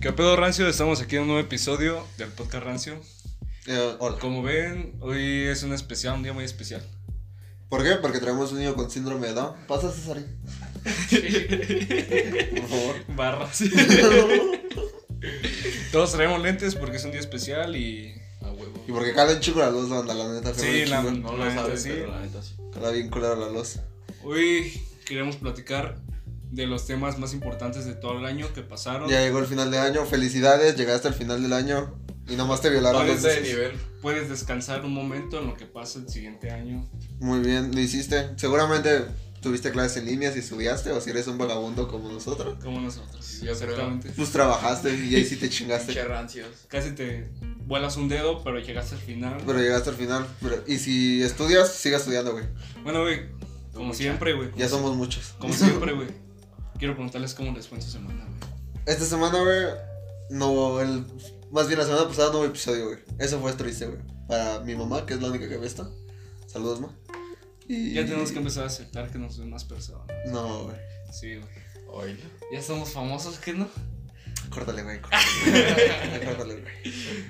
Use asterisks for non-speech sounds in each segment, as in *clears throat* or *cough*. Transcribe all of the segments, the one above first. ¿Qué pedo, Rancio? Estamos aquí en un nuevo episodio del podcast Rancio. Eh, hola. Como ven, hoy es un especial, un día muy especial. ¿Por qué? Porque traemos un niño con síndrome de Down. Pasa, César. Por favor. *laughs* Barras. Todos traemos lentes porque es un día especial y a huevo. y porque cala en chico la luz, banda, la neta. Sí, la, la... no, la neta, sí. la neta sí. Cala bien culera la luz. Hoy queremos platicar de los temas más importantes de todo el año que pasaron. Ya llegó el final de año. Felicidades, llegaste al final del año. Y nomás te violaron dos Pónganse de veces. nivel. Puedes descansar un momento en lo que pasa el siguiente año. Muy bien, lo hiciste. Seguramente tuviste clases en línea si estudiaste o si eres un vagabundo como nosotros. Como nosotros. Yo creo. Exactamente. Pues trabajaste y ahí sí te Pinche *laughs* chingaste. rancios. Casi te vuelas un dedo, pero llegaste al final. Pero llegaste al final. Pero- y si estudias, sigue estudiando, güey. Bueno, güey, como Mucha. siempre, güey. Ya somos muchos. Como siempre, güey. Quiero preguntarles cómo les fue en su semana, güey. Esta semana, güey, no hubo el... Más bien la semana pasada no hubo episodio, güey. Eso fue triste, güey. Para mi mamá, que es la única que ve esto. Saludos, ma. Y... Ya tenemos que empezar a aceptar que nos ven más personas. No, güey. Sí, güey. Oye. Ya somos famosos, ¿qué no? Córtale, güey. Córtale, *laughs* güey. Córtale, güey.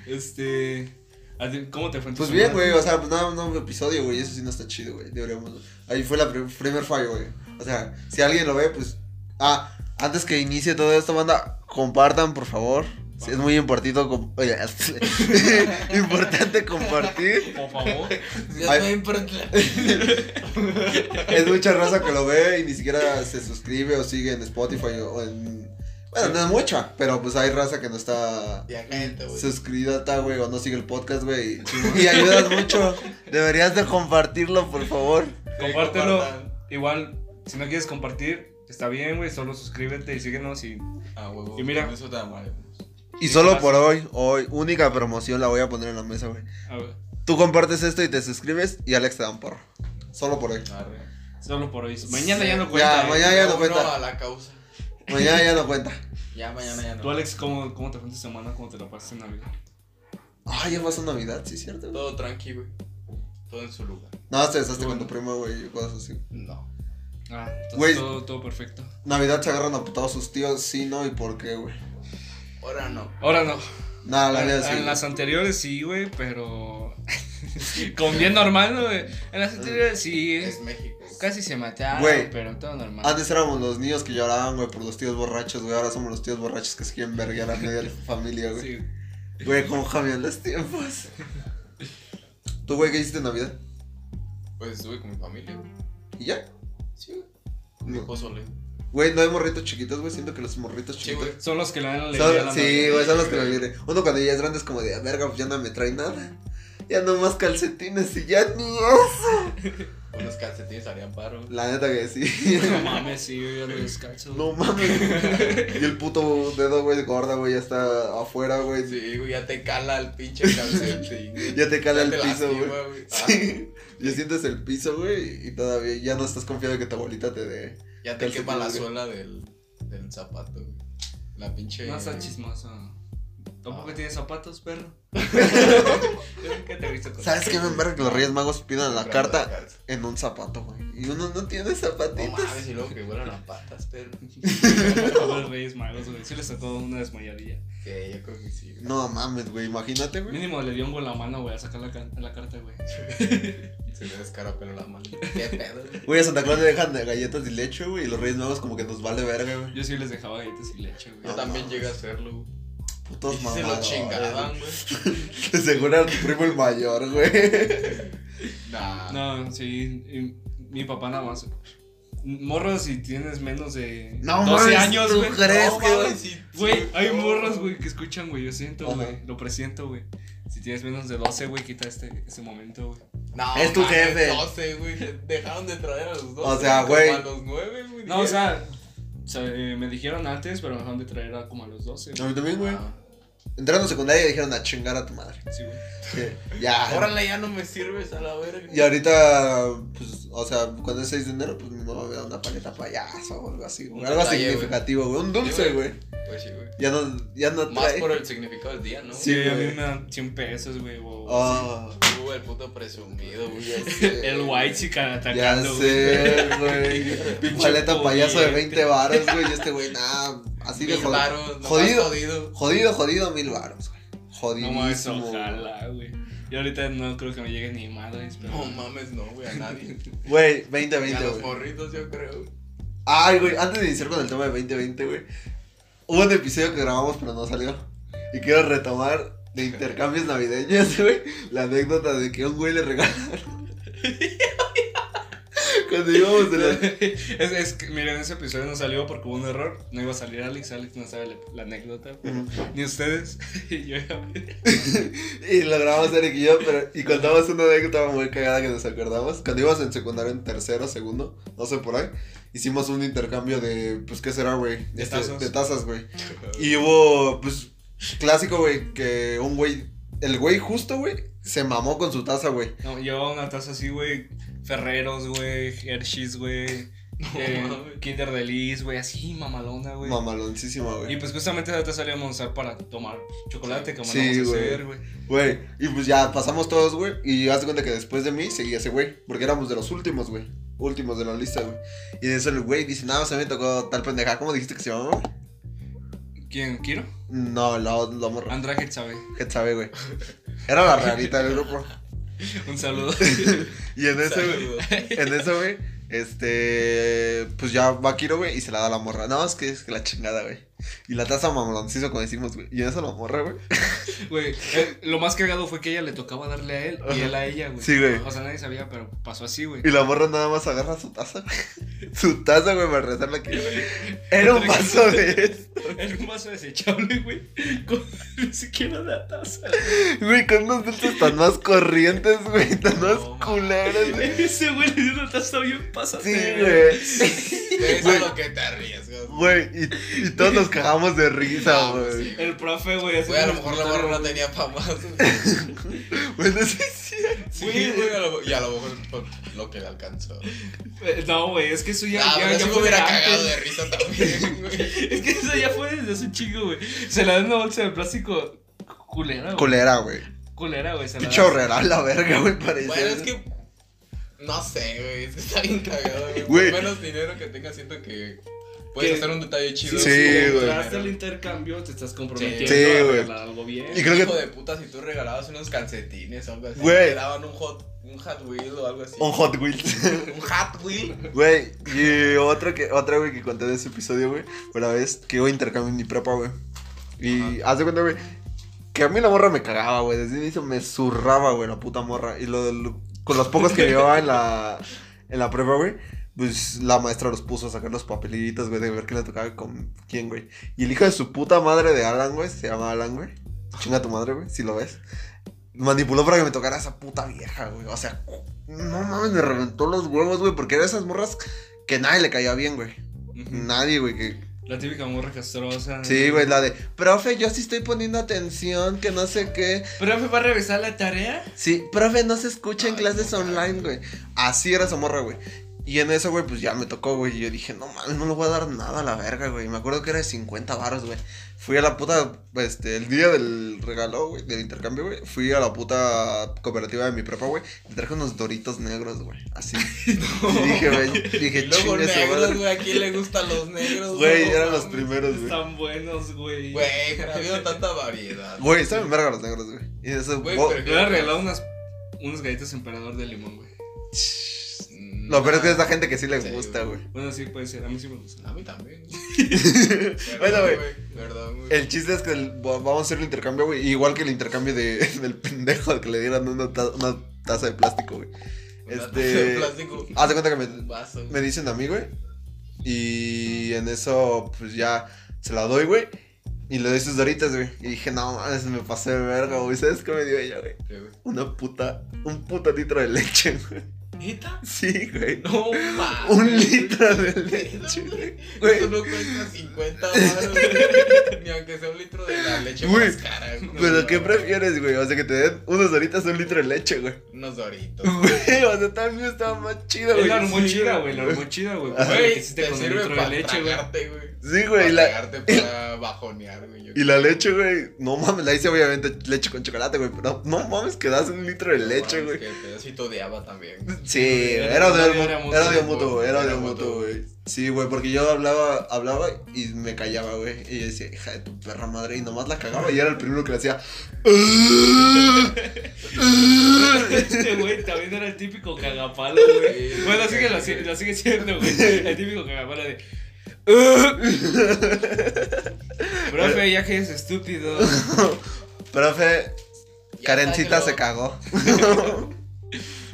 Este. ¿a ti- ¿Cómo te fue en tu Pues bien, semana? güey. O sea, pues nada, no hubo episodio, güey. Eso sí no está chido, güey. Deberíamos... Ahí fue la pr- primer fallo, güey. O sea, si alguien lo ve, pues... Ah, antes que inicie todo esto, banda, compartan, por favor. Sí, es muy importante, com- Oye, *laughs* importante compartir. Por favor. Yo Ay. también, *laughs* Es mucha raza que lo ve y ni siquiera se suscribe o sigue en Spotify o en... Bueno, no es mucha, pero pues hay raza que no está Ya cállate, güey. suscrita, ta, güey, o no sigue el podcast, güey. Y ayudas mucho. Deberías de compartirlo, por favor. *laughs* Compártelo. compartan. Igual, si no quieres compartir, está bien, güey. Solo suscríbete y síguenos. Y Ah, huevo. Y mira. con Eso te pues. amaré. Y solo por hoy, hoy, única promoción la voy a poner en la mesa, güey. a ver, Tú compartes esto y te suscribes y Alex te da un porro. Solo por hoy. Arre. solo por hoy. Mañana ya no Ya, cuenta. eh. mañana ya no Uno cuenta. a la causa. Mañana ya no cuenta. Ya mañana ya no. Tú, Alex, ¿cómo, cómo te fue en tu semana? ¿Cómo te la pasaste en Navidad? Ah, ya pasó Navidad, sí, cierto. güey. Todo tranqui, güey. Todo en su lugar. Nada, te besaste con tu primo, güey, y cosas así. No. Ah, entonces Güey. todo, todo perfecto. Navidad se agarran a putados sus tíos, sí, no, y por qué, güey. Ahora no. Ahora no. Nada, Ah, la En- neta sí. En las anteriores sí, güey, pero. *laughs* Con bien normal, ¿no, güey. En las anteriores sí. Es México. Casi se mataron, Güey. Ah, pero todo normal. Antes éramos los niños que lloraban, güey, por los tíos borrachos, güey. Ahora somos los tíos borrachos que se quieren verguear a media familia, güey. Sí. Güey, cómo cambian los tiempos. ¿Tú, güey, qué hiciste en Navidad? Pues estuve con mi familia, güey. ¿Y ya? Sí, güey. Mi No. pozole. Güey, no hay morritos chiquitos, güey. Siento que los morritos Sí, güey. chiquitos. Son los que le dan la son- alegría a la sí, Navidad. güey, son los que me vienen. Uno cuando ya es grande es como de, "Ah, verga, pues ya no me trae nada. Ya no más calcetines y ya ni eso. Unos calcetines harían paro. güey. La neta que sí. No *laughs* mames, sí, yo ya lo descalzo. No mames. y el puto dedo, güey, de gorda, güey, ya está afuera, güey. Sí, güey, ya te cala el pinche calcetín. güey. Ya te cala Ya el te piso, lastima, güey. güey. Sí. Ya sientes el piso, güey, y todavía ya no estás confiado de que tu abuelita te dé. Ya te Calcetín, quema la güey. suela del, del zapato, güey. La pinche. No estás chismoso. Tampoco Ah. tienes zapatos, *laughs* perro. *laughs* ¿Qué te viste con ¿Sabes qué me enverga que los Reyes Magos pidan la Comprando carta calza. en un zapato, güey? Y uno no tiene No zapatitos. mames, y luego que vuelan las patas, pero. Todos los Reyes Magos, güey. Sí les sacó una desmayadilla. Que yo creo que sí. güey. No mames, güey, imagínate, güey. Mínimo le dio un gol a mano, güey, a sacar la, ca- la carta, güey. Se le descarapeló la mano. Qué pedo, güey. Güey, a Santa Claus le dejan de galletas y leche, güey, y los Reyes Magos como que nos vale verga, güey. Yo sí les dejaba galletas y leche, güey. Yo No también mames. llegué a hacerlo, güey. Y Putos Se lo mamadores. chingaban, *laughs* güey. De seguro era tu primo el mayor, güey. *laughs* Nah. No, sí. y mi papá nada más. Morros, si tienes menos de No 12 mames, años, ¿tú güey. crees No que- mames. sí, Güey, sí, hay no. morros, güey, que escuchan, güey. Yo siento, Ajá. güey. Lo presiento, güey. Si tienes menos de 12, güey, quita este, ese momento, güey. No, Es tu mames, jefe. 12, güey. Dejaron de traer a los 12. sea, como güey. A los 9, güey. No, o sea, o sea, eh, me dijeron antes, pero me dejaron de traer a como a los 12, A güey. mí también, güey. Ah. Entrando a secundaria dijeron a chingar a tu madre. Sí, güey. Sí, ya. Órale, ya no me sirves a la verga. Y ahorita, pues, o sea, cuando es 6 de enero, pues mi mamá me da una paleta payaso o algo así, güey. Un Algo detalle, güey. significativo, güey. Un dulce, Sí, güey. Pues sí, güey. Ya no, ya no Más trae. por el significado del día, ¿no? Sí, Sí, a mí güey. me dan 100 pesos, güey. o- Ah, Tú, el puto presumido, güey. *laughs* ya sé. El white chica Ya atacando, güey. sé, güey. Mi Pinche *laughs* paleta payaso de pudiente. 20 varas, güey. Y este güey, nada, Así de Mil jodido. varos, nomás Jodido. jodido. Jodido, jodido, mil baros, güey. No Jodidísimo. mames, güey. ojalá, güey. Yo ahorita no creo que me llegue ni madres, pero. No mames, no, *laughs* güey, a nadie. Güey, Ni a 2020, los güey. morritos, yo creo. Ay, güey, antes de iniciar con el tema de 2020, güey. Hubo un episodio que grabamos pero no salió. Y quiero retomar de intercambios navideños, *laughs* güey. La anécdota de que a un güey le regalaron. *laughs* Cuando íbamos de la... *laughs* es, es que, miren, ese episodio no salió porque hubo un error. No iba a salir Alex, Alex no sabe la, la anécdota, pero ni ustedes. *laughs* y yo, Y lo grabamos Eric y yo, pero... Y contamos una anécdota muy cagada que nos acordamos. Cuando íbamos en secundario, en tercero, segundo, no sé por ahí. Hicimos un intercambio de... Pues, ¿qué será, güey? De Este, tazas. De tazas, güey. Y hubo, pues, clásico, güey, que un güey, el güey justo, güey, se mamó con su taza, güey. no, llevaba una taza así, güey. Ferreros, güey. Hershey's, güey. eh, mames. Kinder Delice, güey. Así, mamalona, güey. Mamaloncísima, Y güey. pues justamente esa taza la íbamos a usar para tomar chocolate que mandamos Sí, a güey. hacer, güey. Güey, y pues ya pasamos todos, güey, y hazte cuenta que después de mí seguía ese güey, porque éramos de los últimos, güey. Últimos de la lista, güey. Y de eso el güey dice, nada, se me tocó tal pendeja. ¿Cómo dijiste que se llamaba? güey? ¿Quién? ¿Kiro? No, la, la morra. Andraget sabe. ¿Qué sabe, güey? Era la rarita del grupo. Un saludo. *laughs* Y en ese, güey, Saludos. *laughs* En eso, güey, este. Pues ya va Kiro, güey, y se la da a la morra. No, es que es que la chingada, güey. Y la taza mamaloncizo, como decimos, güey. Y en eso la morra, güey. Güey, eh, lo más cagado fue que ella le tocaba darle a él y él a ella, güey. Sí, güey. O sea, nadie sabía, pero pasó así, güey. Y la morra nada más agarra su taza, güey. *laughs* Su taza, güey, para rezarla aquí, güey. Era un *laughs* vaso de esto. Era un vaso desechable, güey. Con *laughs* ni siquiera la taza. Güey, con unos dulces tan más corrientes, güey. Tan más No, culeros, güey. *laughs* Ese güey le dio una taza bien pasada. Sí, güey. Es Güey. a lo que te arriesgas. *laughs* güey. Güey, y, y todos nos cagamos de risa, No, pues sí. güey. El profe, güey. Güey, a lo mejor la morra no tenía *laughs* pa' más. güey. Güey, no sé si. Sí, güey, a lo- y a lo mejor por lo que le alcanzó. Eh, No, güey, es que eso ya, ah, ya, pero ya sí me fue de hubiera antes. cagado de risa *laughs* también, güey. Es que eso ya fue desde hace chingo, güey. Se la dan una bolsa de plástico culera, güey. Culera, güey. Culera, güey. se la Pinche dan. horrera la verga, güey, parecía. Bueno, es que. No sé, güey. Es que está bien cagado, güey. Güey. Por menos dinero que tengas, siento que. Puedes Que- hacer un detalle Sí, chido. Sí, güey. güey. Entraste al intercambio, te estás comprometiendo Sí, a güey. regalar algo bien. Y creo que- Hijo de puta, si tú regalabas unos calcetines o algo así. Güey. Te daban un hot, un hot wheel o algo así. Un Hot Wheels. *laughs* Un hot wheel. Güey, y otro que, otra, güey, que conté de ese episodio, güey, fue la vez que hubo intercambio en mi prepa, güey. Y haz de cuenta, güey, que a mí la morra me cagaba, güey. Desde el inicio me zurraba, güey, la puta morra. Y lo, lo- con los pocos que llevaba en la, en la prepa, güey, pues la maestra los puso a sacar los papelitos, güey, de ver quién le tocaba con quién, güey. Y el hijo de su puta madre de Alan, güey, se llama Alan, güey. Chinga tu madre, güey, si lo ves. Manipuló para que me tocara esa puta vieja, güey. O sea, no mames, me reventó los huevos, güey, porque era esas morras que nadie le caía bien, güey. Ujú. Nadie, güey, que... La típica morra castrosa. Sí, güey, la de, profe, yo sí estoy poniendo atención, que no sé qué. ¿Profe va a revisar la tarea? Sí, profe, no se escucha en Ay, clases no, online, güey. Así era esa morra, güey. Y en eso, güey, pues ya me tocó, güey. Y yo dije, no mames, no le voy a dar nada a la verga, güey. Me acuerdo que era de 50 baros, güey. Fui a la puta, este, el día del regalo, güey, del intercambio, güey. Fui a la puta cooperativa de mi prepa, güey. Y traje unos doritos negros, güey. *laughs* Así. Y dije, güey, Y dije, luego chingue su negros, madre. güey. ¿A quién le gustan los negros? Güey, No eran los mames. primeros, Pues, güey. Están buenos, güey. Güey, pero ha habido tanta variedad. Güey, estaban verga los negros, güey. Y eso, Güey, bo- Yo le regalaba unas, unas galletas emperador de limón, güey. Lo peor es que es la gente que sí le Sí, gusta, güey. güey. Bueno, sí, puede ser. A mí sí me gusta. A mí también. *laughs* Bueno, güey. Eh, Perdón, güey. El chiste es que el- va- vamos a hacer el intercambio, güey. Igual que el intercambio de, *laughs* del pendejo que le dieran una, ta- una taza de plástico, güey. Una taza este- de *laughs* plástico. Haz de cuenta que Un me, vaso. me dicen a mí, güey. Y en eso, pues ya se la doy, güey. Y le doy sus doritas, güey. Y dije, no mames, me pasé de verga, güey. ¿Sabes qué me dio ella, güey? Sí, güey. Una puta, un puta litro de leche, güey. ¿Neta? Sí, güey. No mames. Un litro de leche, güey. Güey. Eso no cuesta 50 baros, güey. *laughs* Ni aunque sea un litro de la leche Güey, más cara, güey. Pero, ¿qué No, prefieres, güey? O sea, que te den unos doritas o un litro de leche, güey. Unos doritos. Güey, o sea, también estaba más chido, Es güey. la hormochida, güey. La hormochida, güey. Güey, que Ah, Güey, hiciste te con un sirve litro para de leche, güey. tragarte, güey. Sí, Para güey, la, tragarte, para bajonear, güey. yo y la leche, güey. No mames, la hice obviamente leche con chocolate, güey. Pero no mames, que das un litro de creo. leche, güey. *laughs* Mames, Que te así te odiaba también. Sí, Era- era era odio odio mu- mutuo, era odio güey. mutuo, güey. Era Era odio mutuo. mutuo, güey. Sí, güey, porque yo hablaba, hablaba y me callaba, güey. Y yo decía, hija de tu perra madre. Y nomás la cagaba y era el primero que le hacía. *laughs* Este güey también era el típico cagapalo, güey. Sí, Bueno, así sí, que lo, sí. si- lo sigue siendo, güey. El típico cagapalo de. *laughs* Profe, ya que es estúpido. Profe, Ya Karencita sáquelo. se cagó.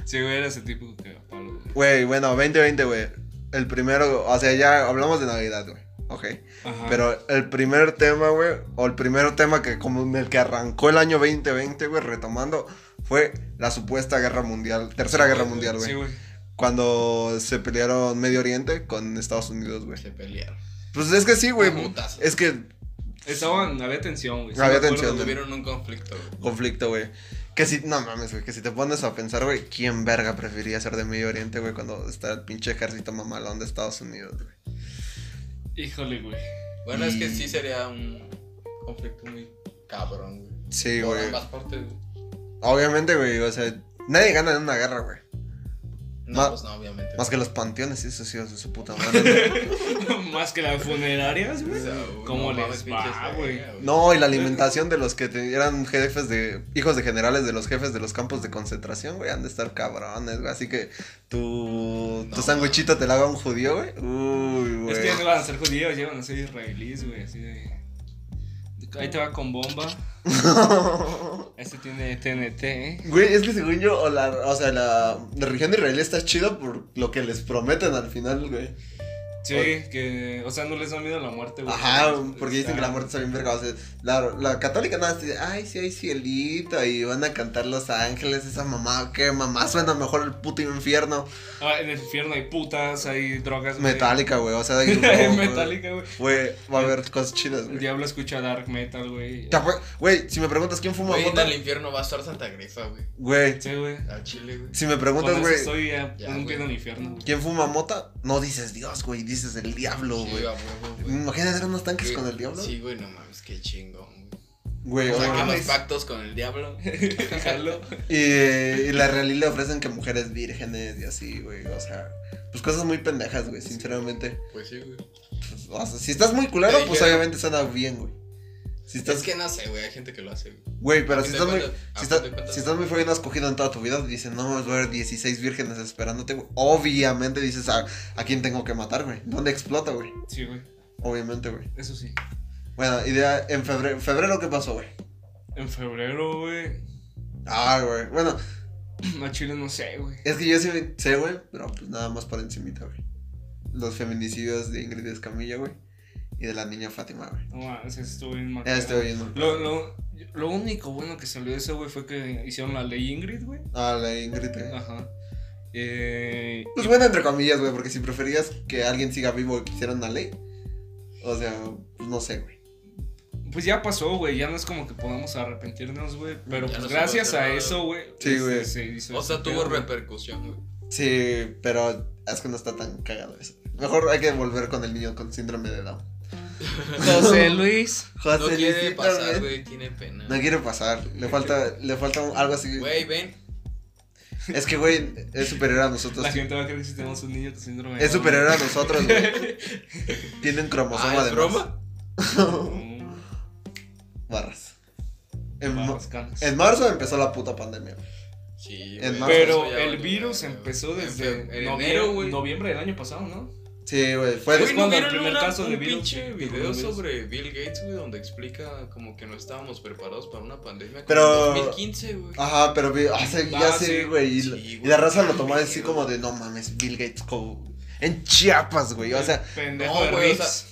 Sí, güey, era ese típico cagapalo, güey. Güey, bueno, 2020, güey. El primero, o sea, ya hablamos de Navidad, güey. Ok. Ajá. Pero el primer tema, güey, o el primer tema que como en el que arrancó el año 2020, güey, retomando, fue la supuesta guerra mundial, tercera guerra mundial, güey. Sí, güey. cuando se pelearon Medio Oriente con Estados Unidos, güey. Se pelearon. Pues es que sí, güey. Putazos. Es que Estaban, había tensión, güey. Sí, Había me acuerdo. tensión. Tuvieron un conflicto. güey. conflicto, güey. Que si, no mames, güey, que si te pones a pensar, güey, ¿quién verga preferiría ser de Medio Oriente, güey, cuando está el pinche ejército mamalón de Estados Unidos, güey? Híjole, güey. Bueno, es que Y- sí sería un conflicto muy cabrón, güey. Sí, Por güey. ambas partes, güey. Obviamente, güey, o sea, nadie gana en una guerra, güey. No, Ma- pues no, obviamente. Más que los panteones y esos hijos de su puta madre. *laughs* güey. Más que las funerarias, O güey. sea, güey, ¿Cómo no les mames, va, pinches güey? verga, No, y la alimentación de los que te- eran jefes de. hijos de generales de los jefes de los campos de concentración, güey, han de estar cabrones, güey. Así que tu. tu No, sandwichito te la haga un judío, güey. Uy, güey. Es que ya no van a ser judíos, ya van a ser israelíes, güey. Así de. Ahí te va con *laughs* bomba. Este tiene TNT, eh. Güey, es que según yo, o, la, o sea, la, la religión de Israel está chida por lo que les prometen al final, güey. Sí, Oye. que. O sea, no les da miedo la muerte, güey. Ajá, Está- porque dicen que la muerte está bien verga. O sea, la, la católica nada más dice, ay, sí hay cielito, y van a cantar los ángeles, esa mamá, qué mamá, suena mejor el puto infierno. Ah, en el infierno hay putas, hay drogas. güey. *laughs* Metálica, güey, o sea, hay En grupo, Metallica, güey. Güey, Güey, va a haber cosas chidas, El güey. diablo escucha dark metal, güey. ¿Te acuer- Güey, si me preguntas quién fuma Güey, en mota, el infierno va a estar Santa Grifa, güey. güey, Sí, güey. Al chile, güey. si me Con preguntas, eso güey, estoy ya, Ya, en un güey. pie en el infierno, güey. quién fuma mota, no dices Dios, güey, dices el diablo, Sí, güey. a huevo, güey. Imagínate ver unos tanques Güey, con el diablo. Sí, güey, no mames, qué chingón, güey. Güey, O sea, o- no que mames. los pactos con *laughs* el diablo. Jalo. y, y la realidad le ofrecen que mujeres vírgenes y así, güey. O sea, pues cosas muy pendejas, güey, sinceramente. Pues sí, güey. Pues, o sea, si estás muy culero, Te pues dijeron- obviamente suena bien, güey. Si estás, Es que no sé, güey, hay gente que lo hace, güey. güey, pero a si fin estás, de muy, cuentas- a si, fin estás, de cuentas- si estás muy feo y no has cogido en toda tu vida, dicen, no, va a haber 16 vírgenes esperándote, güey. Obviamente dices, ¿a, a quién tengo que matar, güey? ¿Dónde explota, güey? Sí, güey. Obviamente, güey. Eso sí. Bueno, idea, en febrero, febrero ¿qué pasó, güey? En febrero, güey. *clears throat* Ah, güey. Bueno, A Chile no sé, güey. Es que yo sí me- sé, güey, pero pues nada más por encimita, güey. Los feminicidios de Ingrid Escamilla, güey. Y de la niña Fátima, güey. No mames, estuvo bien mal. Ya estoy oyendo. Lo, lo, lo único bueno que salió de eso, güey, fue que hicieron la ley Ingrid, güey. Ah, la Ingrid, güey. Ajá. Eh, Pues bueno, entre comillas, güey, porque si preferías que alguien siga vivo que hicieran la ley. O sea, pues no sé, güey. pues ya pasó, güey. Ya no es como que podamos arrepentirnos, güey. Pero Ya pues no se gracias a puede hacer nada. eso, güey. Sí, este, güey. se hizo O sea, ese tuvo pedo, güey. repercusión, güey. Sí, pero es que no está tan cagado eso. Mejor hay que volver con el niño con síndrome de Down. José Luis. José No quiere Luisito, pasar, güey. güey, tiene pena. No quiere pasar. Le falta, le falta un- algo así. Güey, ven. Es que, güey, es superior a nosotros. La gente va a creer que si tenemos un niño con síndrome de Es Down, superior *laughs* a güey. nosotros, güey. Tiene un cromosoma Ah, de más. ¿es broma? No, Barras. En, ma- barras canas. en marzo empezó la puta pandemia. güey. Sí, En güey, marzo. Pero eso ya el valió, virus güey. empezó En desde fe- en noviembre- enero, güey. noviembre del año pasado, ¿no? Sí, güey. Fue Güey, Es des- ¿no cuando el vieron primer una- caso de un virus? pinche De video coronavirus. sobre Bill Gates, güey, donde explica como que no estábamos preparados para una pandemia como Pero- en 2015, güey. Ajá, pero vi- ah, sí, Ah, ya sí. sé, güey. y Sí, la- güey, y la raza lo qué tomó así miedo. como de no mames, Bill Gates como en Chiapas, güey. O sea, El pendejo no, de güey, o Rix.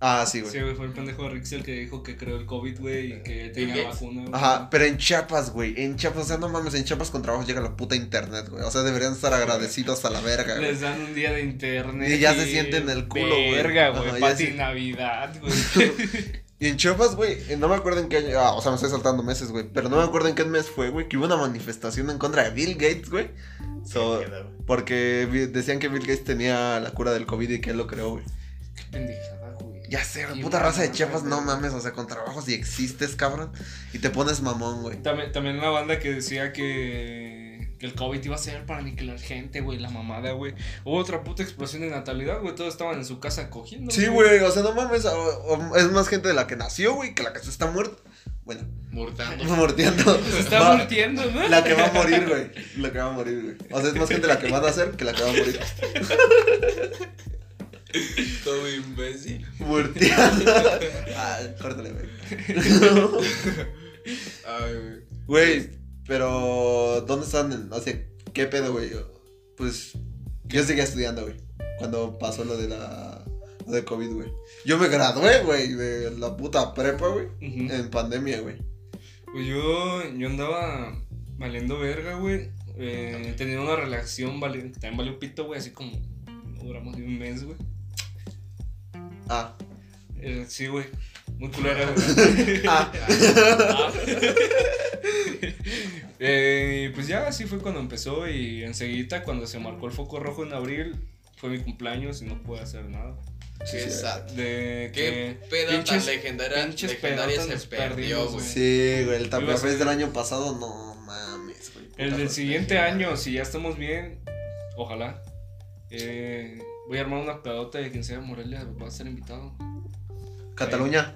ah, sí, Sí, güey. güey, fue el pendejo de Rix el que dijo que creó el COVID, güey, y que Bill tenía Gates. vacuna. güey. Ajá, pero en Chiapas, güey. En Chiapas, o sea, no mames, en Chiapas con trabajo llega la puta internet, güey. O sea, deberían estar agradecidos a la verga, güey. Les dan un día de internet. Y ya se sienten el culo, güey. Verga, Ajá, güey. ya Pati se- Navidad, güey. Y en Chiapas, güey, eh, no me acuerdo en qué año. ah, o sea, me estoy saltando meses, güey. Pero no me acuerdo en qué mes fue, güey, que hubo una manifestación en contra de Bill Gates, güey. So- porque vi- decían que Bill Gates tenía la cura del COVID y que él lo creó, güey. Qué pendejada, güey. Ya sé, güey, Sí, puta güey, raza de no Chiapas, mames, no güey. mames, o sea, con trabajos y existes, cabrón. Y te pones mamón, güey. También, también la banda que decía que que el COVID iba a ser para aniquilar gente, güey, la mamada, güey. Hubo otra puta explosión de natalidad, güey, todos estaban en su casa cogiendo. Sí, güey, o sea, no mames, o- o- es más gente de la que nació, güey, que la que se está muerta. Bueno, *laughs* Murtando. morteando. Se está Va- murtiendo, ¿no? La que va a morir, güey. La que va a morir, güey. O sea, es más gente la que va a nacer que la que va a morir. Todo imbécil. Muerteando. *laughs* Ah, córtale, güey. Ay, güey. *laughs* Güey, pero ¿dónde están? en- O sea, ¿qué pedo, güey? Pues yo seguía estudiando, güey. Cuando pasó lo de la. Lo de COVID, güey. Yo me gradué, güey, de la puta prepa, güey. Ujú. En pandemia, güey. Pues yo, yo andaba valiendo verga, güey. Eh, tenía una relación, vale, también valió pito, güey, así como no duramos ni un mes, güey. *laughs* Ah. Eh, sí, güey. Muy culera, güey. *laughs* Ah. Ah. Eh, pues ya así fue cuando empezó y enseguida cuando se marcó el foco rojo en abril fue mi cumpleaños y no pude hacer nada. Sí, Qué sí, sad. De Qué que peda pinches- tan legendaria, pinches legendaria pedotas se nos perdimos, perdió, güey. Sí, güey, el Iba a ser- tapiafest del año pasado, no mames, güey. puta el del madre. siguiente año, si ya estamos bien, ojalá. eh, voy a armar una pedota de quien sea de Morelia, va a ser invitado. Cataluña,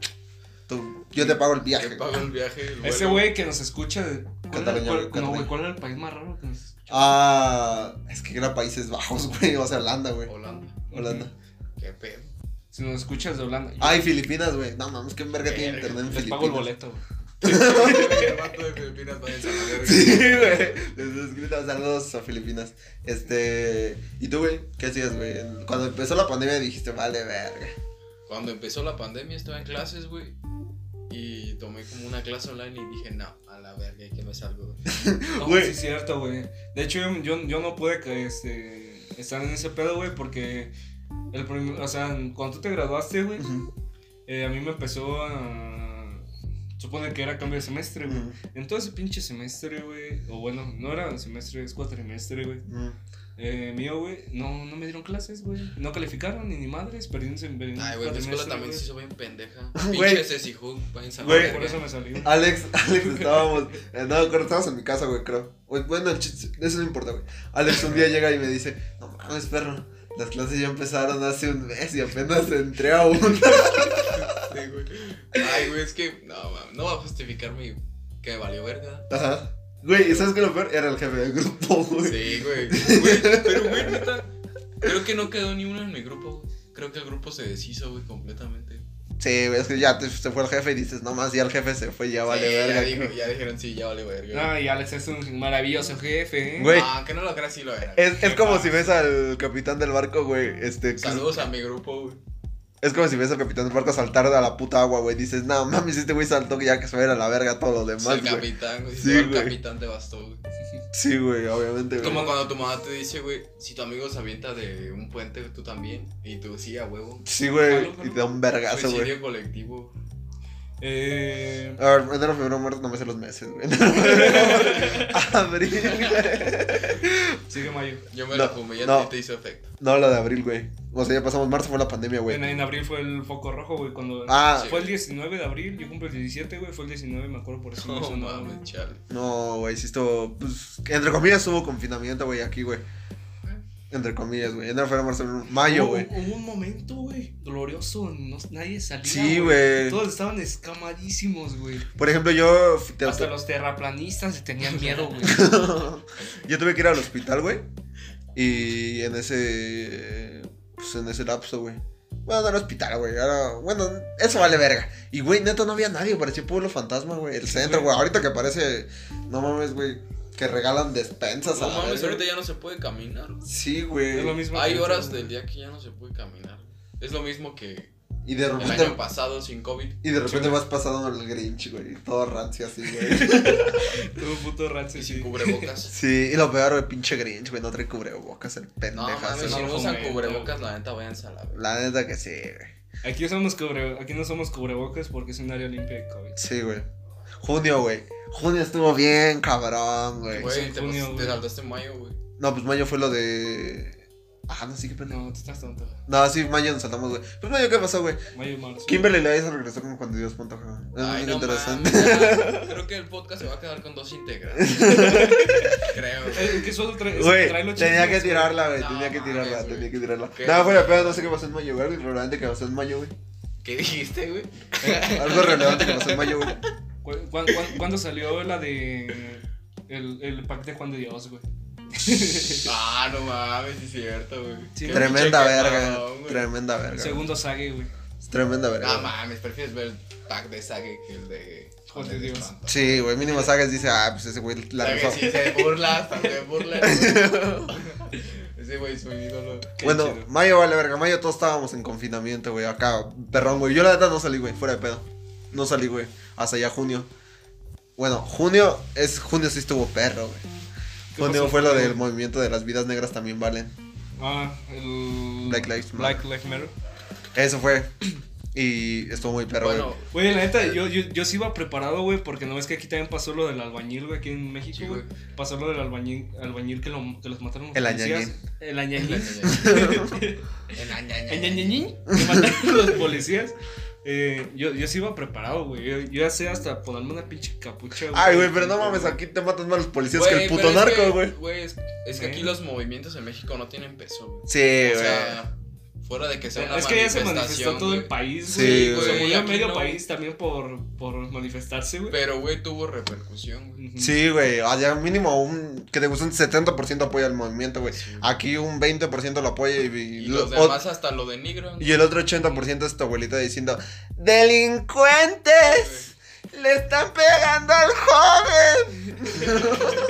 tú- yo te pago el viaje. Que pago el viaje. y el Ese vuelo. güey que nos escucha de. ¿cuál era- cuál- Cataluña, güey, no, güey, Cataluña. ¿cuál era el país más raro que nos escucha? Ah, es que era Países Bajos, *laughs* güey. O sea, Holanda, güey. Holanda. Holanda. Qué pedo. Si nos escuchas de Holanda. yo Ay, Filipinas, güey. No mames, qué verga tiene Verga, internet en les Filipinas. pago el boleto, güey. El vato de Filipinas váyanse a la *laughs* verga. Sí, güey. Les escrito saludos a Filipinas. Este. ¿Y tú, güey? ¿Qué hacías, güey? En- Cuando empezó la pandemia dijiste, vale, verga. Cuando empezó la pandemia estaba en clases, güey. Y tomé como una clase online y dije, no, a la verga, que me salgo. No, Güey. sí es cierto, güey. De hecho, yo, yo, yo no pude que, este, estar en ese pedo, güey, porque el prim- o sea, cuando tú te graduaste, güey, Ujú, eh, a mí me empezó a... Supone que era cambio de semestre, güey. ujú, En todo ese pinche semestre, güey, o bueno, no era semestre, es cuatrimestre, güey. ujú. Eh, mío, güey, no, no me dieron clases, güey. No calificaron ni ni madres, perdí un sem- un Ay, güey, mi escuela cuatrimestre, también güey. se hizo bien pendeja. Ah, Güey. Pinche Ceci Hook, váyanse a la Güey. verga. Por eso me salió. Alex, *laughs* Alex, estábamos. eh, No, creo que estábamos en mi casa, güey, creo. Güey, Bueno, el chis- eso no importa, güey. Alex un día llega y me dice: No mames, perro. Las clases ya empezaron hace un mes y apenas entré a una. Sí, güey. Ay, güey, es que no, ma- no va a justificar mi que me valió verga. *laughs* Ajá. Güey, ¿y ¿sabes qué lo peor? Era el jefe del grupo, güey. Sí, güey. Güey, Pero, güey, neta, creo que no quedó ni uno en mi grupo. güey. Creo que el grupo se deshizo, güey, completamente. Sí, güey, es que ya te- se fue el jefe y dices, no más, ya el jefe se fue, ya vale Sí, verga. Ah, Ya, dijo- ya dijeron, sí, ya vale verga. No, y Alex es un maravilloso jefe, ¿eh? Güey. Ah, que no lo creas, sí lo era. es, es como si "Ah, ves al capitán del barco, güey, este... que- Saludos a mi grupo, güey. Es como si ves al capitán del barco saltar a la puta agua, güey, dices, no, mames, este güey saltó ya que se va a ir a la verga todo lo Soy demás, el güey. capitán, güey. Sí, Si te va el güey. capitán te bastó, güey. Sí, güey, obviamente, güey. Como cuando tu mamá te dice, güey, si tu amigo se avienta de un puente, tú también. Y tú sí, a huevo. Sí, güey, Jalo, jalo. y te da un vergazo, güey. Suicidio colectivo. Eh, A ver, enero, febrero, marzo, no me sé los meses, güey. *laughs* abril, güey. sigue Mayo. Yo me No, lo fumé y a no. ti te hizo efecto. No, lo de abril, güey. O sea, ya pasamos marzo, fue la pandemia, En, güey. en abril fue el foco rojo, güey, cuando... Ah, Sí. Fue el 19 de abril, yo cumplo el 17, güey, fue el 19, me acuerdo por eso. me *laughs* No sonó, Oh, mames, güey. chale. No, güey, sí estuvo. Pues, entre comillas hubo confinamiento, güey, aquí, güey. Entre comillas, güey. Enero, febrero, marzo, abril, mayo, Hubo- güey. Hubo un momento, güey, doloroso, no- nadie salía. Sí, güey. Todos estaban escamadísimos, güey. Uh. Por ejemplo, yo. fui- te- Hasta los terraplanistas se tenían miedo, *laughs* güey. *laughs* yo tuve que ir al hospital, güey. Y en ese. Pues en ese lapso, güey. Bueno, no era hospital, güey. Era... Bueno, eso vale verga. Y, güey, neta, no había nadie. Parecía pueblo fantasma, güey. El centro, güey. Ahorita que parece. No mames, güey. Que regalan despensas a No la mames, verga. ahorita ya no se puede caminar. güey. Sí, Es lo güey. mismo. Hay que- horas del día que ya no se puede caminar. güey. Es lo mismo que Y de el repente. año pasado sin COVID. Y de repente vas pasando el Grinch, güey. Todo rancio así, güey. *laughs* Todo puto rancio, Y sí. *laughs* sin cubrebocas. Sí, y lo peor, güey, pinche Grinch, güey, no trae cubrebocas, el No pendejazo. mames, no si lo no usan fomento. cubrebocas, la neta vayan a la verga. La neta que sí, güey. Aquí, somos cubre- aquí no somos cubrebocas porque es un área limpia de COVID. Sí, güey. Junio, güey. Junio estuvo bien, cabrón, güey. Güey, en te, junio, pas- te güey. saltaste en mayo, güey. No, pues mayo fue lo de. Ah, no, sí, qué pendejo. No, tú estás tonto. güey. No, sí, mayo nos saltamos, güey. Pero mayo, ¿qué pasó, güey? Mayo y marzo. Kimberly Loaiza regresó como cuando Dios punto G. Es Ay, muy *laughs* no interesante. mames, Creo que el podcast se va a quedar con *laughs* dos integrantes. Creo. Eh, ¿Qué sueldo trae? trae Güey, los tenía que chismes, güey. tirarla, güey. No Tenía que mames, tirarla, güey. tenía que tirarla. ¿Qué? No, fuera de pedo, no sé qué pasó en mayo, güey. Algo relevante que pasó en mayo, *laughs* güey. ¿Qué dijiste, güey? Algo relevante que pasó en mayo, güey. ¿Cu cuán- cuán- cuándo salió la de. El, el pack de Juan de Dios, güey? Ah, no mames, sí es cierto, güey. Sí, Qué Tremenda pinche verga, cabrón, güey. tremenda verga. Segundo sague, güey. Tremenda verga. Ah, güey. mames, prefieres ver el pack de Sage que el de. Joder, el de Dios. Espanto. Sí, güey, mínimo Sagas dice, ah, pues ese güey La la rifó. que sí se burla, hasta se burla. güey. Ese güey es un ídolo. Qué Bueno, chido. mayo vale verga, mayo todos estábamos en confinamiento, güey, acá, perrón, güey. Yo la neta no salí, güey, fuera de pedo. No salí, güey, hasta ya junio. Bueno, junio es junio sí estuvo perro, güey. ¿Qué Junio pasó? fue lo del movimiento de las vidas negras también valen. Ah, el. Black Lives Matter. Black Lives Matter. Eso *clears throat* fue. Y estuvo muy perro, güey. bueno, Güey, la neta, yo, yo, yo sí iba preparado, güey, porque no ves que aquí también pasó lo del albañil, güey, aquí en México, Sí, güey. güey. Pasó lo del albañil, albañil que, lo, que los mataron. los El policías. añañín. El el añañín. añañañín. El añañañín. El ñañañín que mataron los policías. Eh, yo, yo sí iba preparado, güey. Yo, yo ya sé hasta ponerme una pinche capucha, Ay, güey, pero no mames, aquí te matan más los policías que Güey, el pero puto es narco, que- güey. Es, es que Sí. aquí los movimientos en México no tienen peso, güey. Sí, o güey. sea, fuera de que sea una Es que ya se manifestó manifestación, todo el güey. país, Sí, güey. se güey, murió aquí medio no. país también por, por manifestarse, güey. Pero, güey, tuvo repercusión, güey. Ujú. Sí, güey, allá mínimo un que te gusta un 70% apoya al movimiento, güey. Aquí un 20% lo apoya y, y Y lo- los demás hasta lo denigran. y el otro 80% es tu abuelita diciendo, "Delincuentes, le están pegando al joven."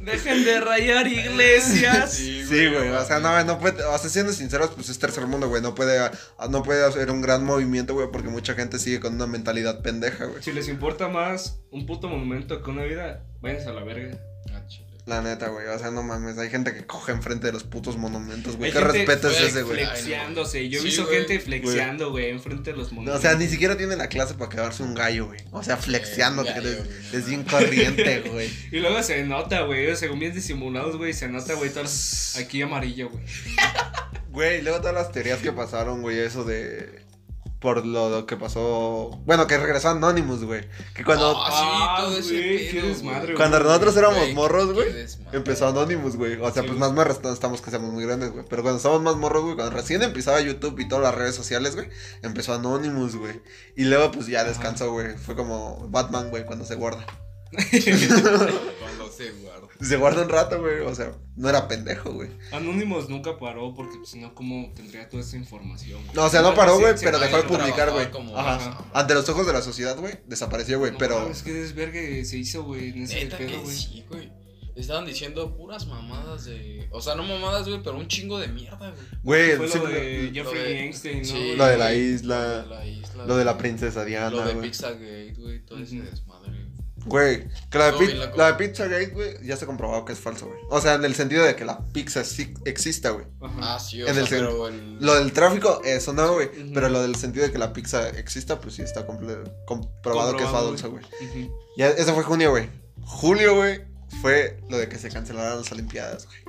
Dejen de rayar iglesias. *laughs* Sí, güey, o sea, no, no puede, o sea, siendo sinceros, pues es tercer mundo, güey, no puede no puede hacer un gran movimiento, güey, porque mucha gente sigue con una mentalidad pendeja, güey. Si les importa más un puto monumento que una vida, váyanse a la verga. Ah, chile. La neta, güey, o sea, no mames, hay gente que coge enfrente de los putos monumentos, güey. Hay ¿Qué gente- respeto es güey, ese, güey? Flexiándose. Yo he Sí, visto güey. gente flexiando, güey, enfrente de los No, o monumentos. sea, ni siquiera tiene la clase para quedarse un gallo, güey. O sea, flexiándote, Eh, que gallo, es, güey. es bien corriente, *laughs* güey. Y luego se nota, güey. ellos Según bien disimulados, güey, se nota, güey, todas las- aquí amarillo, güey. Güey, luego todas las teorías que pasaron, güey, eso de... Por lo, lo que pasó... Bueno, que regresó Anonymous, güey. Que cuando... Ah, sí, todo ese güey, qué pedo, güey. desmadre, cuando güey. nosotros éramos Güey, morros, qué güey, desmadre. empezó Anonymous, güey. O sea, Sí, pues güey. más morros no estamos que seamos muy grandes, güey. Pero cuando estábamos más morros, güey, cuando recién empezaba YouTube y todas las redes sociales, güey, empezó Anonymous, güey. Y luego, pues ya Ajá. descansó, güey. Fue como Batman, güey, cuando se guarda. Cuando se guarda. Se guarda un rato, güey. O sea, no era pendejo, güey. Anonymous nunca paró porque pues, si no, ¿cómo tendría toda esa información? güey? No, o sea, no paró, Sí, güey, sí, pero sí, dejó de no publicar, trabajaba güey. como- Ajá. Ajá. Ante los ojos de la sociedad, güey, desapareció, güey. No pero. mames, qué desvergue se hizo, güey, en ese Neta pedo, que güey. sí, güey. Estaban diciendo puras mamadas de. O sea, no mamadas, güey, pero un chingo de mierda, güey. Güey, Fue sí, lo de lo- Jeffrey lo de- Einstein, ¿no? sí, güey? lo de la güey, isla, Lo de la isla. lo de la güey. princesa Lo Diana, de güey. Pizzagate, güey, todo ese Ujú. desmadre. güey. Güey, que la de, Todo Pi- bien loco. la de Pizzagate, güey, ya se ha comprobado que es falso, güey. O sea, en el sentido de que la pizza sí exista, güey. Ajá. Ah, sí, o En sea, el centro. pero el. Lo del tráfico, eso no, güey. Ujú. Pero lo del sentido de que la pizza exista, pues sí está comple- comprobado que es Comprobado, falso, güey. Ujú. Ya, eso fue junio, güey. Julio, güey, fue lo de que se cancelaron las Olimpiadas, güey.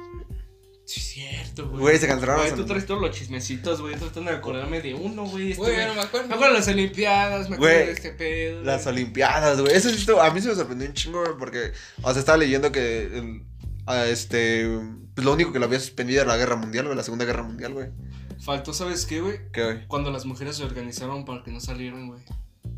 Sí, es cierto, güey. Güey, se cancelaron Güey, las tú traes Olimpiadas. todos los chismecitos, güey. Tratando de acordarme de uno, güey. este, Güey, güey. no me acuerdo. Me acuerdo de las Olimpiadas, me Güey, acuerdo de este pedo. Las güey. Olimpiadas, güey. Eso sí estuvo- a mí se me sorprendió un chingo, güey, porque, o sea, estaba leyendo que, em, a este, pues lo único que lo había suspendido era la guerra mundial, güey, la segunda guerra mundial, güey. Faltó, ¿sabes qué, güey? ¿Qué, güey? Cuando las mujeres se organizaron para que no salieran, güey.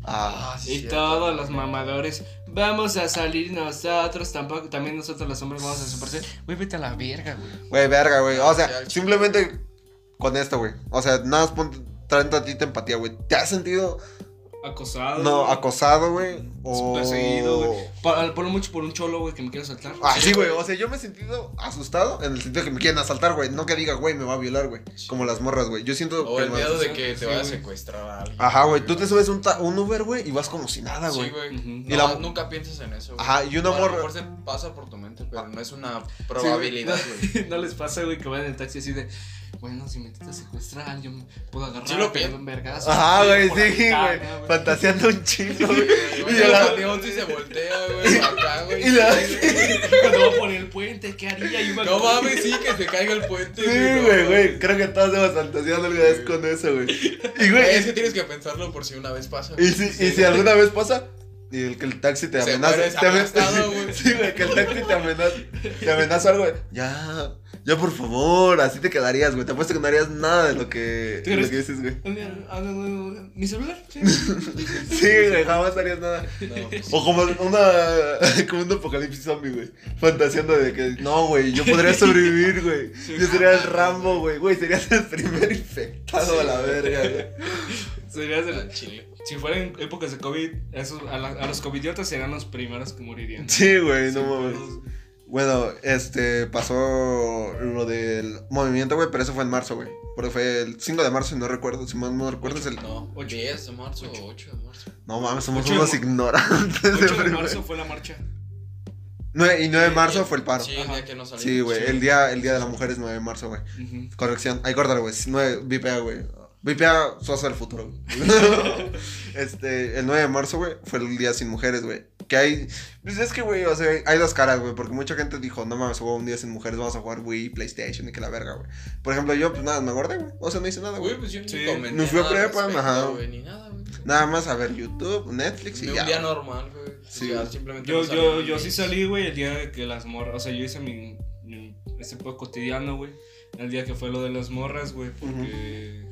Ah, Ah, sí, Y cierto. todos los mamadores, vamos a salir nosotros, tampoco, también nosotros los hombres vamos a desaparecer. Güey, vete a la verga, güey. güey, verga, güey. O Ya, sea, chico. simplemente con esto, güey. O sea, nada más ponte, traen tantita empatía, güey. ¿Te has sentido, Ah, Acosado. no, güey. acosado, güey? O... Perseguido, güey. Pa- Por, lo mucho por un cholo, güey, que me quiere saltar. *laughs* Ah, sí, güey. O sea, yo me he sentido asustado en el sentido que me quieren asaltar, güey. No que diga, güey, me va a violar, güey. Como las morras, güey. Yo siento O que el me- miedo de que Sí, te vaya a güey. secuestrar a alguien. Ajá, güey. Tú te subes un, ta- un Uber, güey, y vas como si nada, güey. Sí, güey. Ujú. No, Y la- Nunca piensas en eso. güey. Ajá, y una O a lo morra- mejor se pasa por tu mente, pero no es una probabilidad, Sí, güey. *laughs* güey. no, no les pasa, güey, que vayan en el taxi así de, bueno, si me te secuestran, yo me puedo agarrar. Sí lo pero pi- en vergas. Ajá, güey, por la sí, ventana, güey. Fantaseando un chingo, *laughs* güey. *laughs* Güey, Y yo el la- panteón sí se voltea, güey, acá, güey. Y la- *laughs* *laughs* Cuando voy a poner el puente, ¿qué haría? Yo me- No mames, sí, que se caiga el puente. Sí, no güey, mames. güey. Creo que todos hemos fantaseado alguna vez con eso, güey. Y, güey, *laughs* Es que tienes que pensarlo por si una vez pasa. y si, y si alguna vez pasa, y el que el taxi te Se amenaza. mueres te amen- *laughs* aplastado, güey. Sí, güey, que el taxi te amenaza. Te amenaza algo, güey. Ya, ya por favor, así te quedarías, güey. Te apuesto que no harías nada de lo que, ¿Tú de lo crees? que *laughs* dices, güey. *laughs* ¿Mi celular? *laughs* Sí. Sí, güey, jamás harías nada. No, pues, O como una *laughs* como un apocalipsis zombie, güey. Fantaseando de que no, güey, yo podría sobrevivir, güey. Sí. Yo sería el Rambo, güey. Güey, serías el primer infectado a la verga, güey. Serías al el- chile. Si fuera en épocas de COVID, esos, a, la- a los covidiotas serían los primeros que morirían. Sí, güey, no Sin mames. pedos. Bueno, este pasó lo del movimiento, güey, pero eso fue en marzo, güey. Pero fue el 5 de marzo, no recuerdo, si más no recuerdo es el No, Ocho. 10 de marzo o 8 de marzo. No mames, somos Ocho de unos mar- ignorantes. de 8 de *laughs* primer- marzo fue la marcha. Nueve- y 9 de marzo fue el paro. Sí, el Ajá. día que no salimos. Sí, güey, el día el día de la mujer es 9 de marzo, güey. Ujú. Corrección, ahí córtalo, güey. Si No, VPA, güey. VPA, Suazo del futuro. güey. *laughs* este, el 9 de marzo, güey, fue el día sin mujeres, güey. Que hay. Pues es que, güey, o sea, hay dos caras, güey. Porque mucha gente dijo, no mames, hubo un día sin mujeres, vamos a jugar Wii, PlayStation y que la verga, güey. Por ejemplo, yo, pues nada, me guardé, güey. O sea, no hice nada, güey. Güey, pues yo ni Sí. comenté Nos fue nada al prepa, respecto, pues, ajá. güey, ni nada, güey. Nada más a ver YouTube, Netflix y Ni ya. un día normal, güey. O Sí, sea, güey. simplemente Yo, nos yo, salimos. yo sí salí, güey, el día de que las morras. O sea, yo hice mi. mi- ese poco cotidiano, güey. El día que fue lo de las morras, güey. Porque.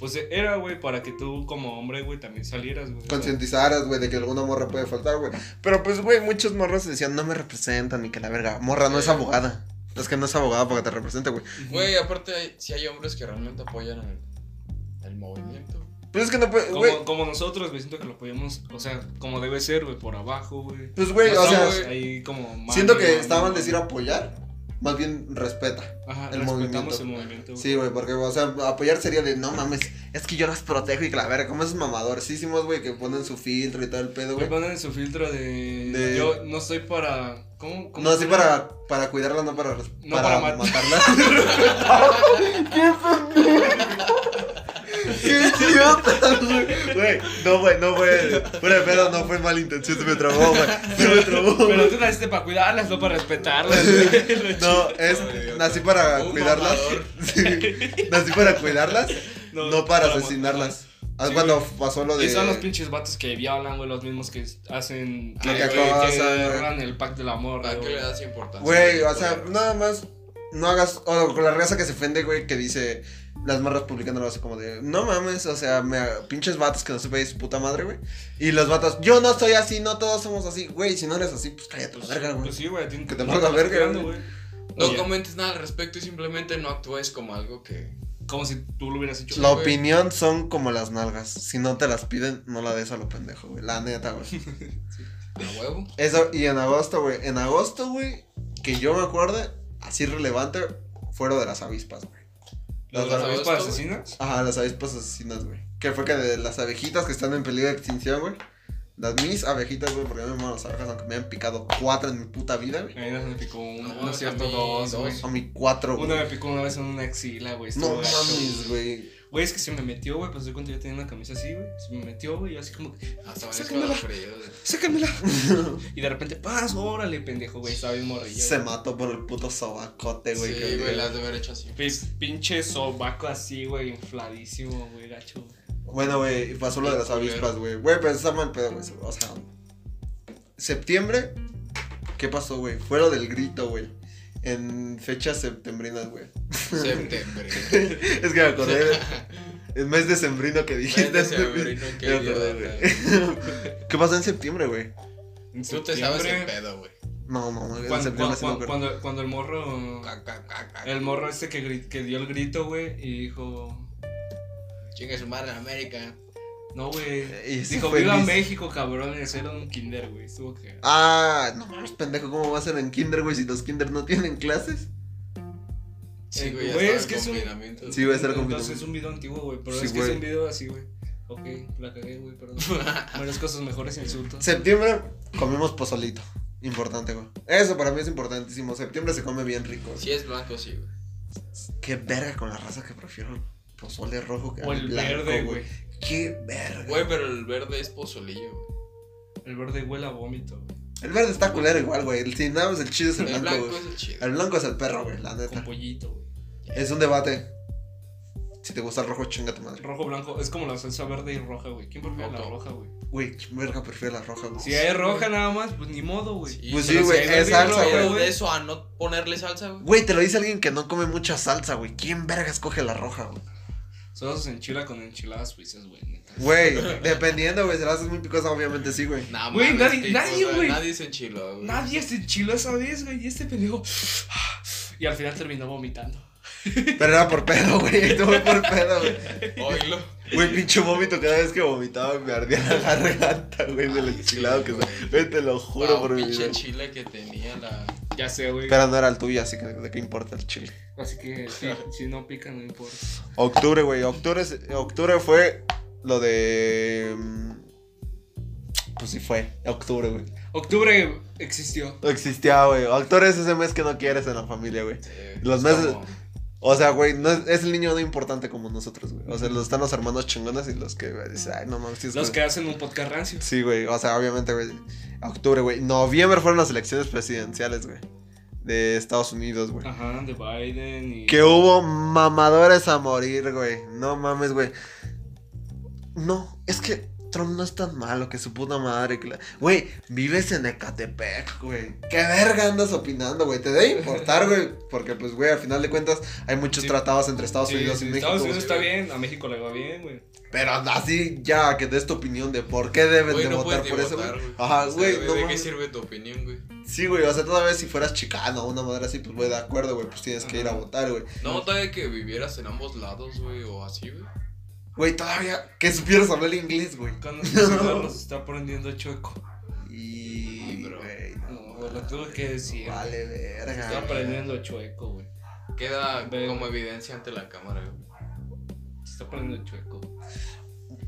Pues era, güey, para que tú como hombre, güey, también salieras, güey. o sea, Concientizaras, güey, de que alguna morra puede faltar, güey. Pero pues, güey, muchos morros decían, no me representan ni que la verga. Morra no es Sí. abogada. Es que no es abogada para que te represente, güey. ujú. Güey, aparte, hay- sí hay hombres que realmente apoyan el, el movimiento. Pues es que no puede, güey. Como, como nosotros, güey, siento que lo podíamos. O sea, como debe ser, güey, por abajo, güey. Pues, güey, o No, sea. güey. ahí como. mano, Siento que mano, estaban mano. decir apoyar, más bien respeta. Ajá, el respetamos movimiento. el movimiento, güey. Sí, güey, porque, o sea, apoyar sería de, no mames, es que yo los protejo y que la verga, como esos mamadorísimos, güey, que ponen su filtro y todo el pedo, Me güey. ponen su filtro de, De- Yo no estoy para. ¿Cómo? cómo No así se para, para cuidarlas, no para, res- No para mat- matarlas. *laughs* ¡Qué pendejo! *laughs* ¡Qué idiota, güey! Güey, no, güey, no fue, fuera de pedo, no fue mala intención, se me trabó, güey, se me trabó, güey. Pero tú naciste para cuidarlas, no para *laughs* respetarlas. *laughs* güey. No, es, Ay, nací para Un cuidarlas. mamador. *laughs* Sí, nací para cuidarlas, *laughs* no, para, asesinarlas. Ah, Sí, cuando pasó lo de. Y son los pinches vatos que violan, güey, los mismos que hacen. Lo Ah, que eh, güey, acosan, que güey. roban el pack del amor, ¿A qué güey. Ah, le das importancia? Güey, o sea, Poder. nada más. No hagas. O con la raza que se ofende, güey, que dice. Las marras publicando lo hace como de. No mames, o sea, me, pinches vatos que no supéis su puta madre, güey. Y los vatos, yo no soy así, no todos somos así. Güey, si no eres así, pues cállate la Pues, verga, güey. pues sí, güey, tienen Que te valga verga, tirando, güey. No Oye, comentes nada al respecto y simplemente no actúes como algo que. como si tú lo hubieras hecho. la güey. opinión son como las nalgas. Si no te las piden, no la des a lo pendejo, güey. La neta, güey. A huevo. Eso, y en agosto, güey. En agosto, güey, que yo me acuerde, así relevante, fueron de las avispas, güey. ¿Los Las avispas avispas, asesinas? Ajá, las avispas asesinas, güey. Que fue que de las abejitas que están en peligro de extinción, güey. Las mis abejitas, güey, porque no me muevo las abejas, aunque me han picado cuatro en mi puta vida, güey. A mí no se me picó uno, No, no es cierto, a mí dos, dos. güey. A mí cuatro, Una güey. me picó una vez en una axila, güey. No estuvo gacho, mames, güey. Güey, es que se me metió, güey. Pues de cuenta yo tenía una camisa así, güey. Se me metió, güey. Yo así como, que, Hasta me Sácamela. escalofrío. *laughs* sácamela. y de repente, paz, órale, pendejo, güey. Estaba bien morrillo. Se mató por el puto sobacote, güey. que- Sí, güey, las de haber *laughs* hecho así. Pis- Pinche sobaco así, güey. Infladísimo, güey, gacho. Bueno, güey, y pasó lo de las Culero. avispas, güey. Güey, pero está mal pedo, güey. O sea, septiembre, ¿qué pasó, güey? Fue lo del grito, güey. En fechas septembrinas, güey. *laughs* Septiembre. es que me acordé del- el mes decembrino que dijiste. Mes decembrino, qué Me acordé, güey. ¿Qué pasó en septiembre, güey? En Tú te sabes el septiembre, pedo, güey. No, no, no, en Cuando, septiembre cuando, sí me acuerdo. cuando- cuando el morro. El morro este que, gri- que dio el grito, güey, y dijo. Chingue su madre en América. No, güey. Y Eh, ese Dijo, fue el viva dis- México, cabrón. Ese era un kinder, güey. Estuvo que. Ah, no mames, pendejo, ¿cómo va a ser en kinder, güey, si los kinder no tienen clases? Sí, Eh, güey, ya güey, estaba es en que es un- confinamiento. *laughs* Sí, güey, estar Entonces confinado. es un video antiguo, güey. Pero Sí, es que es güey. un video así, güey. Ok, la cagué, güey, *laughs* perdón. Varias cosas mejores insultos. Septiembre comemos pozolito. Importante, güey. Eso para mí es importantísimo. Septiembre se come bien rico. güey. Si es blanco, sí, güey. Qué verga con la raza que prefiero el pozole rojo que O al el blanco, verde, güey. Qué verga. Güey, pero el verde es pozolillo, güey. El verde huele a vómito, güey. El verde está culero igual, güey. El, si nada más el chido es el, El blanco, blanco güey. es el chido. El blanco es el perro, güey, la Con neta. pollito, güey. Es un debate. Si te gusta el rojo, chinga tu madre. Rojo, blanco. Es como la salsa verde y roja, güey. ¿Quién prefiere la Roto. roja, güey? Güey, qué verga prefiero la roja, güey. Si hay roja nada más, pues ni modo, güey. Sí, Pues pero sí, si güey, hay es verde y salsa, rojo, güey. Pero de eso a no ponerle salsa, güey. Güey, te lo dice alguien que no come mucha salsa, güey. ¿Quién verga escoge la roja, güey? Solo se enchila con enchiladas suizas, güey. neta. Güey, dependiendo, güey. Si la haces muy picosa, obviamente sí, güey. Nah, Güey, mames, nadie- qué nadie, cosa, güey. Nadie se enchiló, güey. Nadie se enchiló esa vez, güey. Y este pendejo. *sighs* Y al final terminó vomitando. Pero era por pedo, güey. *laughs* No fue por pedo, güey. Oílo. Güey, pinche vómito. Cada vez que vomitaba me ardía la garganta, güey. Del Ay, sí, enchilado que se. Güey, te lo juro Ah, por mi pinche vida. chile que tenía la. Ya sé, güey. Pero no era el tuyo, así que de qué importa el chile. Así que sí, si no pica, no importa. Octubre, güey. Octubre, es- octubre fue lo de. mm, Pues sí fue. Octubre, güey. Octubre existió. No existía, güey. Octubre es ese mes que no quieres en la familia, güey. eh, Los es meses- como- O sea, güey, no es, es el niño no importante como nosotros, güey. O sea, los están los hermanos chingones y los que güey, dicen, ay, no mames, sí, es Los güey". que hacen un podcast rancio. Sí, güey. O sea, obviamente, güey. Octubre, güey. Noviembre fueron las elecciones presidenciales, güey. De Estados Unidos, güey. Ah, Ajá, de Biden y. Que hubo mamadores a morir, güey. No mames, güey. No, es que Trump no es tan malo que su puta madre. que la- Güey, vives en Ecatepec, güey. ¿Qué verga andas opinando, güey? Te debe importar, güey. Porque, pues, güey, al final de cuentas hay muchos Sí. tratados entre Estados Sí, Unidos sí, y México. Estados Unidos güey. está bien, a México le va bien, güey. Pero así ya que des tu opinión de por qué deben Güey, de no votar puedes por eso, güey. votar, güey. Ajá, O sea, güey, no ¿De qué mames. sirve tu opinión, güey? Sí, güey, o sea, toda vez si fueras chicano o una madre así, pues, güey, de acuerdo, güey, pues tienes que ir a Ajá. votar, güey. No, todavía que vivieras en ambos lados, güey, o así, güey. Güey, todavía que supieras hablar inglés, güey. Cuando se *laughs* los está prendiendo chueco. Y. Sí, bro. güey, No, güey, lo tuve que decir. Vale, verga. Está güey. prendiendo chueco, güey. Queda Ve. como evidencia ante la cámara, güey. Se está prendiendo chueco.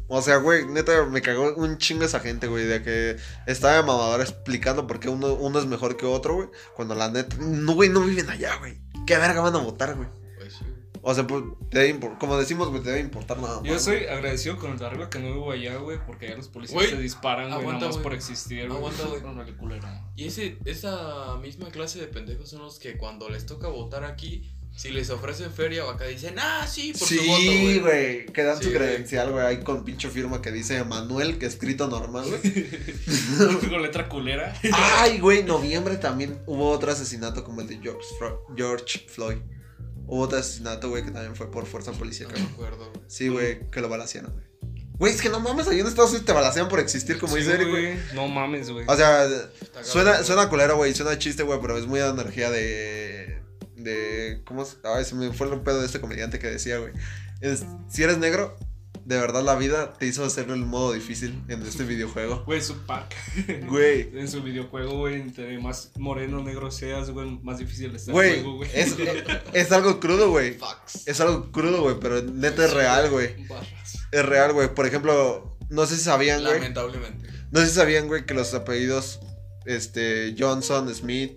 O sea, güey, neta, me cagó un chingo esa gente, güey, de que estaba de mamadora explicando por qué uno, uno es mejor que otro, güey. Cuando la neta. No, güey, no viven allá, güey. ¿Qué verga van a votar, güey? Pues sí, güey. O sea, pues, te debe impor- como decimos, güey, te debe importar nada más. Yo soy agradecido con el de arriba que no vivo allá, güey, porque allá los policías Güey, se disparan, güey, aguanta, nada más güey. por existir, güey. Aguanta, güey. Órale, culero. *laughs* Y ese, esa misma clase de pendejos son los que cuando les toca votar aquí, si les ofrecen feria o acá dicen, ah, sí, por tu voto, Sí, güey. güey, que dan Sí, su güey. credencial, güey, ahí con pinche firma que dice Manuel, que escrito normal, güey. con letra culera. Ay, güey, en noviembre también hubo otro asesinato como el de George, Fro- George Floyd. Hubo otro asesinato, güey, que también fue por fuerza policial. No me acuerdo, güey. Sí, güey, que lo balacearon, güey. Güey, es que no mames, ahí en Estados Unidos te balacean por existir, *laughs* como Sí, dice Eric, güey. No mames, güey. O sea, Está suena, cabrón, suena culero, güey, suena chiste, güey, pero es muy de energía de... De... ¿Cómo se...? Ay, se me fue el pedo de este comediante que decía, güey. Es- Si eres negro, de verdad la vida te hizo hacerlo el modo difícil en este videojuego. Güey, su pack. Güey, En su videojuego, güey, entre más moreno negro seas, güey, más difícil está el Güey, juego, güey. es, eh, *laughs* es algo crudo, güey. Fax. Es algo crudo, güey, pero neta es real, güey. Barras. Es real, güey. Por ejemplo, no sé si sabían, güey. Lamentablemente. No sé si sabían, güey, que los apellidos, este, Johnson, Smith,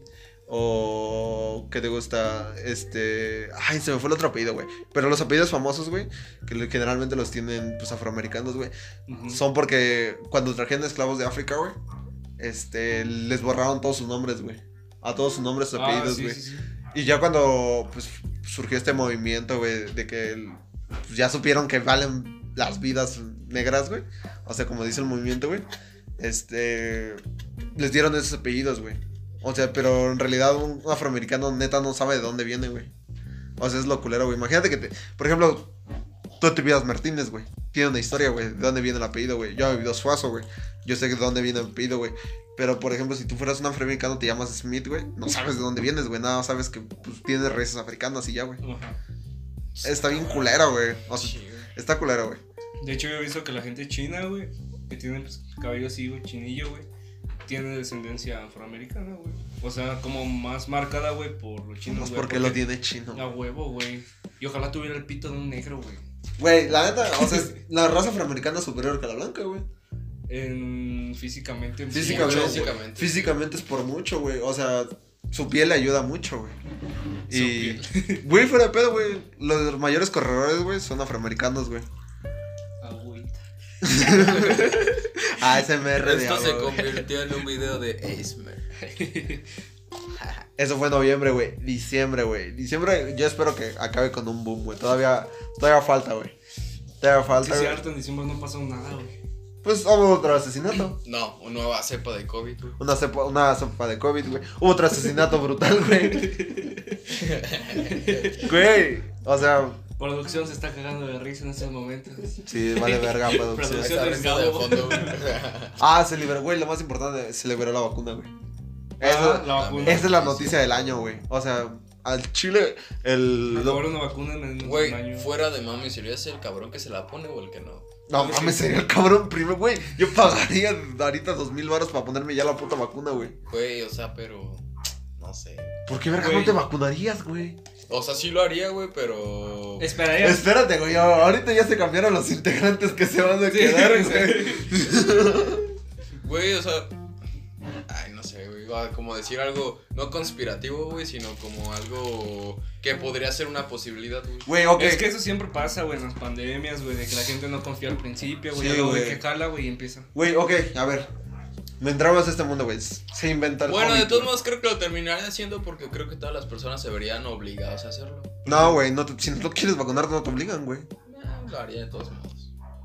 o... ¿Qué te gusta? Este... Ay, se me fue el otro apellido, güey. Pero los apellidos famosos, güey, que le- generalmente los tienen, pues, afroamericanos, güey. Ujú. Son porque cuando trajeron esclavos de África, güey, este, les borraron todos sus nombres, güey. A todos sus nombres, sus Ah, apellidos, sí, güey. sí, sí. Y ya cuando pues, surgió este movimiento, güey, de que el- pues, ya supieron que valen las vidas negras, güey. O sea, como dice el movimiento, güey. Este. Les dieron esos apellidos, güey. O sea, pero en realidad un afroamericano neta no sabe de dónde viene, güey. O sea, es lo culero, güey. Imagínate que te. Por ejemplo, tú te pidas Martínez, güey. Tiene una historia, güey. ¿De dónde viene el apellido, güey? Yo me pido Suazo, güey. Yo sé de dónde viene el apellido, güey. Pero, por ejemplo, si tú fueras un afroamericano, te llamas Smith, güey. No sabes de dónde vienes, güey. Nada, más sabes que pues, tienes raíces africanas y ya, güey. Ajá. Está bien culero, güey. O sea, Sí, güey. está culero, güey. De hecho, yo he visto que la gente china, güey, que tiene pues, cabello así, güey, chinillo, güey, tiene descendencia afroamericana, güey. O sea, como más marcada, güey, por los chinos, Más güey, Pues porque lo tiene chino. A huevo, güey. Y ojalá tuviera el pito de un negro, güey. Güey, la neta, o sea, es- la raza afroamericana es superior que la blanca, güey. En físicamente. mucho, Físicamente, güey. güey. Físicamente es por mucho, güey. O sea, su piel le ayuda mucho, güey. Y, *laughs* güey, fuera de pedo, güey. Los mayores corredores, güey, son afroamericanos, güey. Agüita. ASMR de Esto se agua, güey. convirtió en un video de Acemer. Eso fue en noviembre, güey. Diciembre, güey. Diciembre, yo espero que acabe con un boom, güey. Todavía, todavía falta, güey. Todavía Sí, falta, es güey. cierto, en diciembre no pasó nada, güey. Pues hubo otro asesinato. No, una nueva cepa de COVID, güey. Una cepa, una cepa de COVID, güey. Hubo otro asesinato brutal, *laughs* güey. Güey. O sea, Producción se está cagando de risa en estos momentos. sí, vale verga, producción. Producción. Esa del risa de cabo. fondo, güey. Ah, se liberó, güey. Lo más importante, se liberó la vacuna, güey. Eso, Ah, la vacuna. Esa es la noticia del año, güey. O sea, al Chile, el. Ahora una vacuna en el *laughs* Güey, baño. fuera de mami, ¿serías el cabrón que se la pone o el que no? No mames, sería el cabrón primero, güey. Yo pagaría ahorita dos mil baros para ponerme ya la puta vacuna, güey. Güey, o sea, pero. No sé. ¿Por qué verga Güey. no te vacunarías, güey? O sea, sí lo haría, güey, pero. Espera, ya. Espérate, güey. Ahorita ya se cambiaron los integrantes que se van a Sí, quedar, sí. güey. *laughs* Güey, o sea. Ay, no sé, güey. va Como decir algo no conspirativo, güey, sino como algo que podría ser una posibilidad, güey. Güey, ok. Es que eso siempre pasa, güey, en las pandemias, güey, de que la gente no confía al principio, güey. Sí, ya luego ve güey. que cala, güey, y empieza. Güey, ok, a ver. Me entramos a este mundo, güey. Se inventa el Bueno, de COVID, todos güey. modos, creo que lo terminaré haciendo porque creo que todas las personas se verían obligadas a hacerlo. No, güey, no te- si no quieres vacunar, no te obligan, güey. No, Eh, lo haría de todos modos.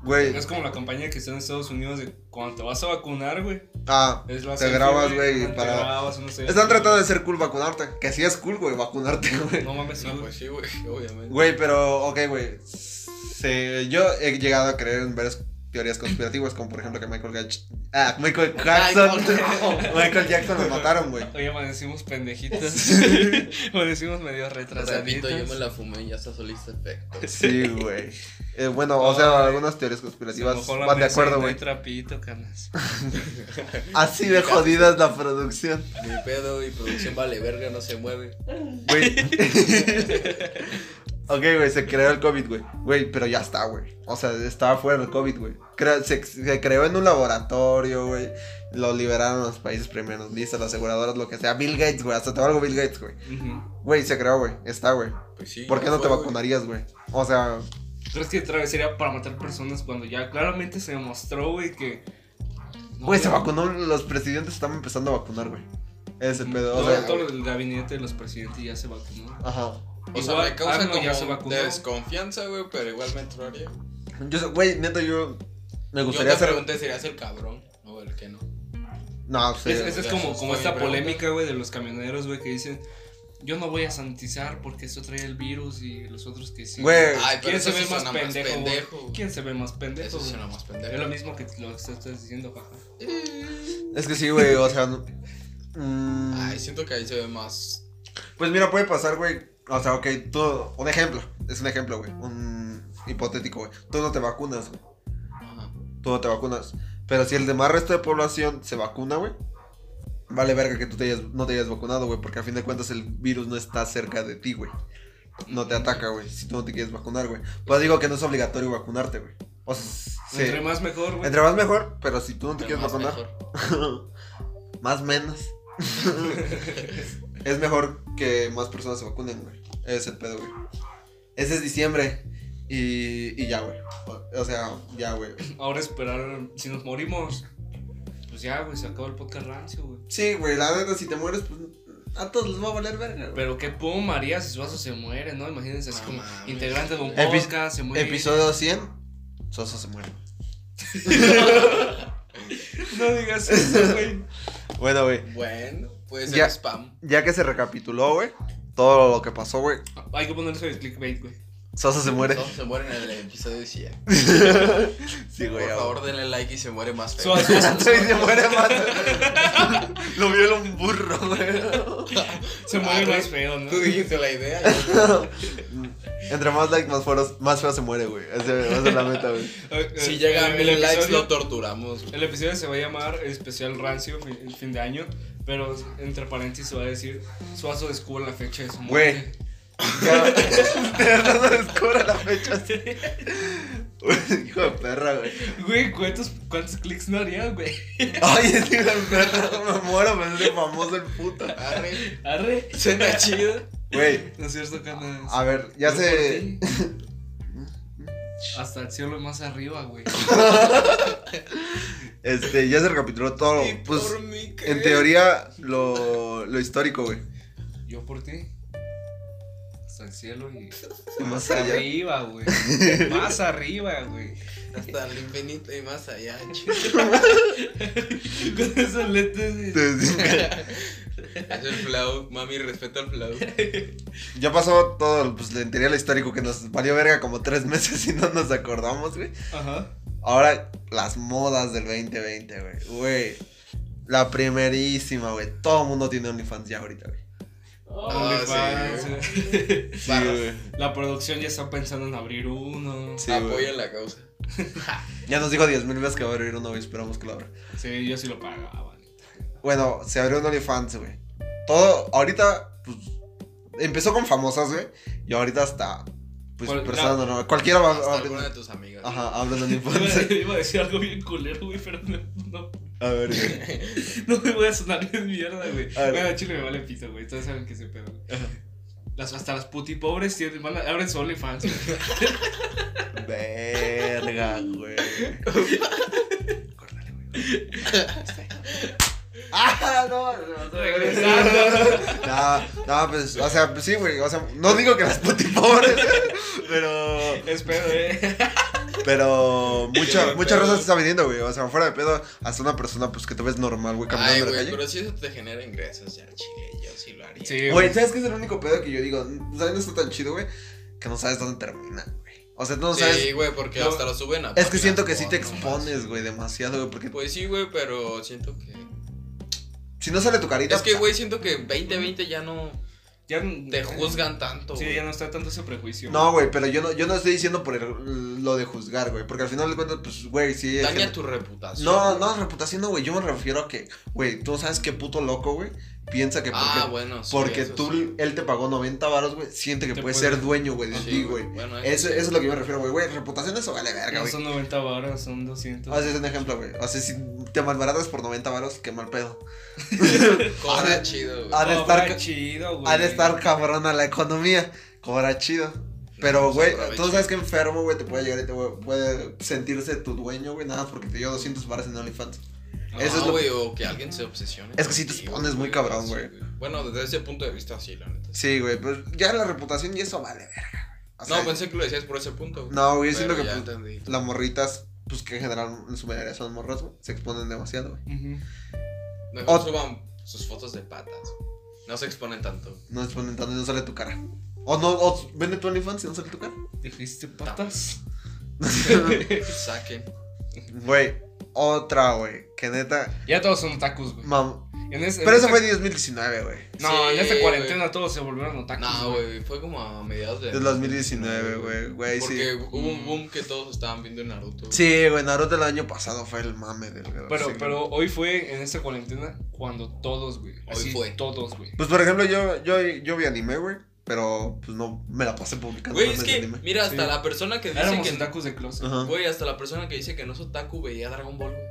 Güey, Es como la campaña que está en Estados Unidos de cuando te vas a vacunar, güey. ah, Es la te selfie, grabas, ajá, güey, te para. grabas, no sé. Están tratando de ser cool vacunarte. Que sí es cool, güey, vacunarte, *laughs* güey. No mames, sí, No, güey. pues sí, güey, *laughs* obviamente. Güey, pero, ok, güey. Se- yo he llegado a creer en varias teorías conspirativas, como por ejemplo que Michael, Gach- ah, *laughs* Michael Jackson. *laughs* Michael Jackson lo mataron, güey. Oye, amanecimos *laughs* pendejitos. amanecimos medio Tratadito, yo me retrasaditos. la fumé y ya está solista efecto. Sí, güey. Eh, bueno, o sea, Ay. algunas teorías Se conspirativas mojó la van de mesa y acuerdo, no hay güey. trapito, canas. *laughs* Así de jodida es la producción. Mi pedo y producción vale verga, no se mueve. Güey. *laughs* ok, güey, se creó el COVID, güey. Güey, pero ya está, güey. O sea, estaba fuera del COVID, güey. Crea- Se, se creó en un laboratorio, güey. Lo liberaron los países primeros, las aseguradoras, lo que sea. Bill Gates, güey. Hasta te valgo Bill Gates, güey. Ujú. Güey, se creó, güey. Está, güey. Pues sí. ¿Por qué no te fue, vacunarías, güey? O sea, ¿Crees que otra vez sería para matar personas cuando ya claramente se demostró, güey, que. No, güey, se vacunó. Los presidentes están empezando a vacunar, güey. Ese pedo. O Todo, sea, todo el gabinete de Mm, los presidentes ya se vacunó. ajá. güey. O sea, Igual me causa Arno como ya se vacunó. desconfianza, güey, pero igualmente lo haría. Yo, sé- güey, neta, yo. Me Yo gustaría te hacer. pregunté, ¿serías el cabrón o el que no? No, sí. Es- esa es ya como, se como fue mi esta pregunta. polémica, güey, de los camioneros, güey, que dicen, yo no voy a sanitizar porque esto trae el virus y los otros que sí. Güey. Ay, pero ¿Quién se eso ve sí más suena más pendejo, güey? pendejo. ¿Quién se ve más pendejo? Eso güey? suena más Es lo pendejo. mismo que lo que estás diciendo, jaja. Es que sí, güey, o sea. no- Mm, Ay, siento que ahí se ve más. pues mira, puede pasar, güey. O sea, ok, tú. Un ejemplo. Es un ejemplo, güey. Un hipotético, güey. Tú no te vacunas, güey. Ajá. Tú no te vacunas. Pero si el demás resto de población se vacuna, güey. Vale verga que tú te hayas- no te hayas vacunado, güey. Porque a fin de cuentas el virus no está cerca de ti, güey. No te ataca, güey. Si tú no te quieres vacunar, güey. Pues digo que no es obligatorio vacunarte, güey. O sea, sí. Entre más mejor, güey. Entre más mejor, pero si tú no te Pero quieres más vacunar. mejor. *coughs* más menos. es mejor que más personas se vacunen, güey. Ese es el pedo, güey. Ese es diciembre. Y, y ya, güey. O, o sea, ya, güey. Ahora esperar, si nos morimos, pues ya, güey, se acabó el podcast rancio, güey. Sí, güey, la neta, si te mueres, pues a todos les va a valer verga, güey. Pero qué pum María si su vaso se muere, ¿no? Imagínense, así No como mames. integrante de un Epi- podcast, se muere. Episodio 100, Sosa se muere. *laughs* No digas eso, güey. Bueno, güey, Bueno, puede ser Ya. spam. ya que se recapituló, güey, todo lo que pasó, güey, Hay que poner eso de clickbait, güey. Sosa se muere. Todos se mueren en el episodio 100. Sí, Por güey. a favor, denle like y se muere *laughs* más Su- feo. su- huevo. Sí, se *laughs* muere más. *laughs* lo viola un burro, güey. Se muere Ah, güey. más feo, ¿no? Tú dijiste la idea. güey. Entre más likes, más foros, más feo se muere, güey. Esa esa es la meta, güey. Si llega a El- mil el likes, episodio- lo torturamos. güey. El episodio se va a llamar Especial Rancio, fi- el fin de año, pero entre paréntesis se va a decir Suazo descubre la fecha de su muerte. Ya. no se descubre la fecha. Güey, Hijo de perra, güey. Güey, ¿cuántos, cuántos clics no haría, güey? Ay, es hijo de perra, me muero, me hace famoso el puto. Arre, Arre. *laughs* suena chido. Güey, No es cierto, Cana. a ver, Ah, ya Yo *laughs* se. por ti. Hasta el cielo y más arriba, güey. Este, ya se recapituló todo. Y Pues, por mí, ¿qué? en teoría, lo, lo histórico, güey. Yo por ti. Hasta el cielo y. Y más Más allá. arriba, güey. Más arriba, güey. Hasta el infinito y más *laughs* allá. Con esos lentes. de- Entonces, es el flow. Mami, respeto al flow. ya pasó todo, pues, en teoría, lo histórico que nos valió verga como tres meses y no nos acordamos, güey. Ajá. Ahora, las modas del 2020, güey. Güey, la primerísima, güey. Todo el mundo tiene OnlyFans ya ahorita, güey. OnlyFans, sí, güey. Sí, Barras. güey. La producción ya está pensando en abrir uno. Sí, güey. Apoya la causa. Ya nos dijo 10.000 veces que va a abrir uno, güey. Esperamos que lo abra. Sí, yo sí lo pagaba. neta. Bueno, se abrió un OnlyFans, güey. Todo, ahorita, pues, empezó con famosas, güey. Y ahorita hasta, pues, Cual- personas, ¿no? Cualquiera va Hasta a alguna de abrir. tus amigas. Ah, Ajá, hablan de OnlyFans. *laughs* Iba, iba a decir algo bien culero, güey, pero no, no, A ver, güey. no me voy a sonar bien mierda, güey. A ver. Bueno, al chile me vale pito, güey. Ustedes saben que se pedo. Las, hasta las puti pobres tienen, van a, abren su OnlyFans. güey. Verga, güey. Córtale, güey. ¡Ah! No, no, Regresando. no, pues, o sea, pues, sí, güey, o sea, no digo que las puti pobres, pero... Es pedo, eh. Pero Qué mucha, buen mucha pedo. raza se está vendiendo, güey. O sea, fuera de pedo, hasta una persona pues que te ves normal, güey, Ay, caminando en la güey, calle. pero si eso te genera ingresos, ya chile, yo sí lo haría. Sí, güey. Güey, ¿sabes qué es el único pedo que yo digo? ¿Sabes? No está tan chido, güey. Que no sabes dónde termina, güey. O sea, tú no sabes. Sí, güey, porque No. hasta lo suben a. es que siento que páginas sí te porno, más. expones, güey, demasiado, güey. Porque Pues sí, güey, pero siento que. si no sale tu carita. Es que, pues, güey, siento que en 2020 ya no Ya te juzgan tanto. Sí, güey. ya no está tanto ese prejuicio. No, güey, pero yo no, yo no estoy diciendo por el- lo de juzgar, güey. Porque al final de cuentas, pues, güey, sí. hay Daña gente- tu reputación. No, güey. no, reputación no, güey. Yo me refiero a que, güey, tú no sabes qué puto loco, güey, piensa que Ah, porque bueno. sí, Porque eso tú, sí. él te pagó 90 varos, güey. Siente que Te puedes puede- ser dueño, güey, de Sí, ti, güey. Bueno, Eso, eso es lo que yo me refiero, güey. Güey, reputación eso vale verga, No güey. son 90 baros, son 200. O sea, es un ejemplo, güey. O sea, si te malbaratas por 90 varos, qué mal pedo. *laughs* Cobra ha de- chido, güey. ha de Cobra estar ca- chido, güey. Ha de estar cabrona la economía. Cobra chido. Pero, pues, güey, aprovecha. tú sabes que enfermo, güey, te puede llegar y te puede- puede sentirse tu dueño, güey, nada más porque te dio 200 varos en OnlyFans. No, eso Eso es lo- güey, o que alguien se obsesione. Es que sí te contigo, expones muy güey, cabrón, sí, güey. Bueno, desde ese punto de vista, sí, la neta. Sí, güey, pues ya la reputación y eso vale verga, güey. O sea, no, pensé que lo decías por ese punto. No, güey, yo Pero siento que ya pues, entendí. las morritas, pues que en general en su mayoría son morras, güey, se exponen demasiado, güey. Ujú. Mejor Ot- suban sus fotos de patas. No se exponen tanto. No exponen tanto y no sale tu cara. O no, o vende tu OnlyFans y no sale tu cara. Dijiste patas. *laughs* Saquen. Güey, otra, güey, que neta. Ya todos son tacos, güey. Mam... En ese- Pero en eso ese- fue en 2019, güey. No, Sí, en esta güey. cuarentena todos se volvieron otakus. No, güey, fue como a mediados de. Del 2019, güey, güey, sí. Mm. Porque hubo un boom que todos estaban viendo Naruto. Sí, güey, Naruto el año pasado fue el mame del. Pero, sí. pero hoy fue en esta cuarentena cuando todos, güey. Hoy Así fue. Todos, güey. Pues por ejemplo, yo, yo, yo vi anime, güey. Pero pues no me la pasé publicando Güey, memes es de que, anime. mira, hasta Sí. la persona que dice Éramos que. otakus de closet. Ajá. Güey, hasta la persona que dice que no es otaku veía Dragon Ball. güey.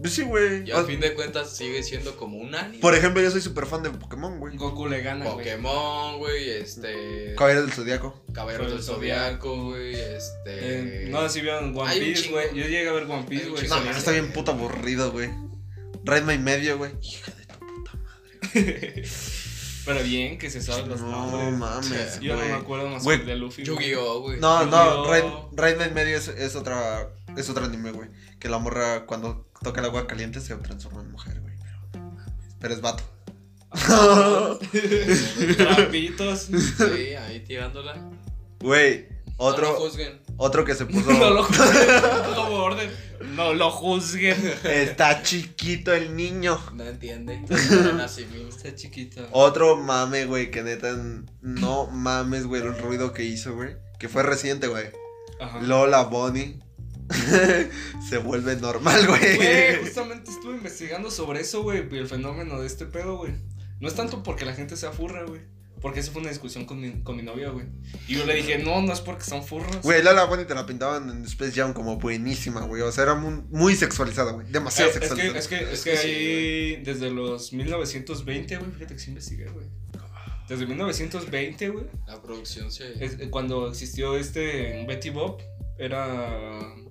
Pues sí, güey. Y al O- fin de cuentas sigue siendo como un anime. Por ejemplo, yo soy súper fan de Pokémon, güey. Goku le Oh, gana, güey. Pokémon, güey, este. Caballero del Zodiaco. Caballero Caballero del Zodiaco, güey, este. Eh, no, si vieron One Hay un Piece, chingo. güey. Yo llegué a ver One Hay Piece, un güey. chingo. se No, me pero sí. está bien puto aburrido, güey. Redma y medio, güey. Pero bien que se saben los No nombres. mames, Sí, Yo no me güey. acuerdo más Güey, que el de Luffy. güey. Yu-Gi-Oh, güey. No, no, Yu-Gi-Oh. Raid- Raid en medio es, es otra es otro anime, güey. Que la morra cuando toca el agua caliente se transforma en mujer, güey. Pero, no mames, pero es vato. Trapitos. Sí, ahí tirándola. Güey, No lo otro, juzguen. otro *laughs* que se puso. No lo juzguen, como orden. No lo juzguen. Está chiquito el niño. No entiende. No así mismo. Está chiquito. Otro mame, güey, que neta, no mames, güey, el ruido que hizo, güey. Que fue reciente, güey. Ajá. Lola Bonnie *laughs* se vuelve normal, güey. *laughs* Güey, pues. justamente estuve investigando sobre eso, güey, y el fenómeno de este pedo, güey. No es tanto porque la gente sea furra, güey. Porque eso fue una discusión con mi, con mi novia, güey. Y yo le dije, no, no es porque son furros. Güey, Lola Bunny te la pintaban en Space Jam como buenísima, güey. O sea, era muy, muy sexualizada, güey. Eh, Demasiado es, que, sexualizada. es que, es Es que que sí, ahí, desde los 1920, güey, fíjate que sí investigué, güey. Desde 1920, güey. La producción se. es- eh, cuando existió este Betty Bob, era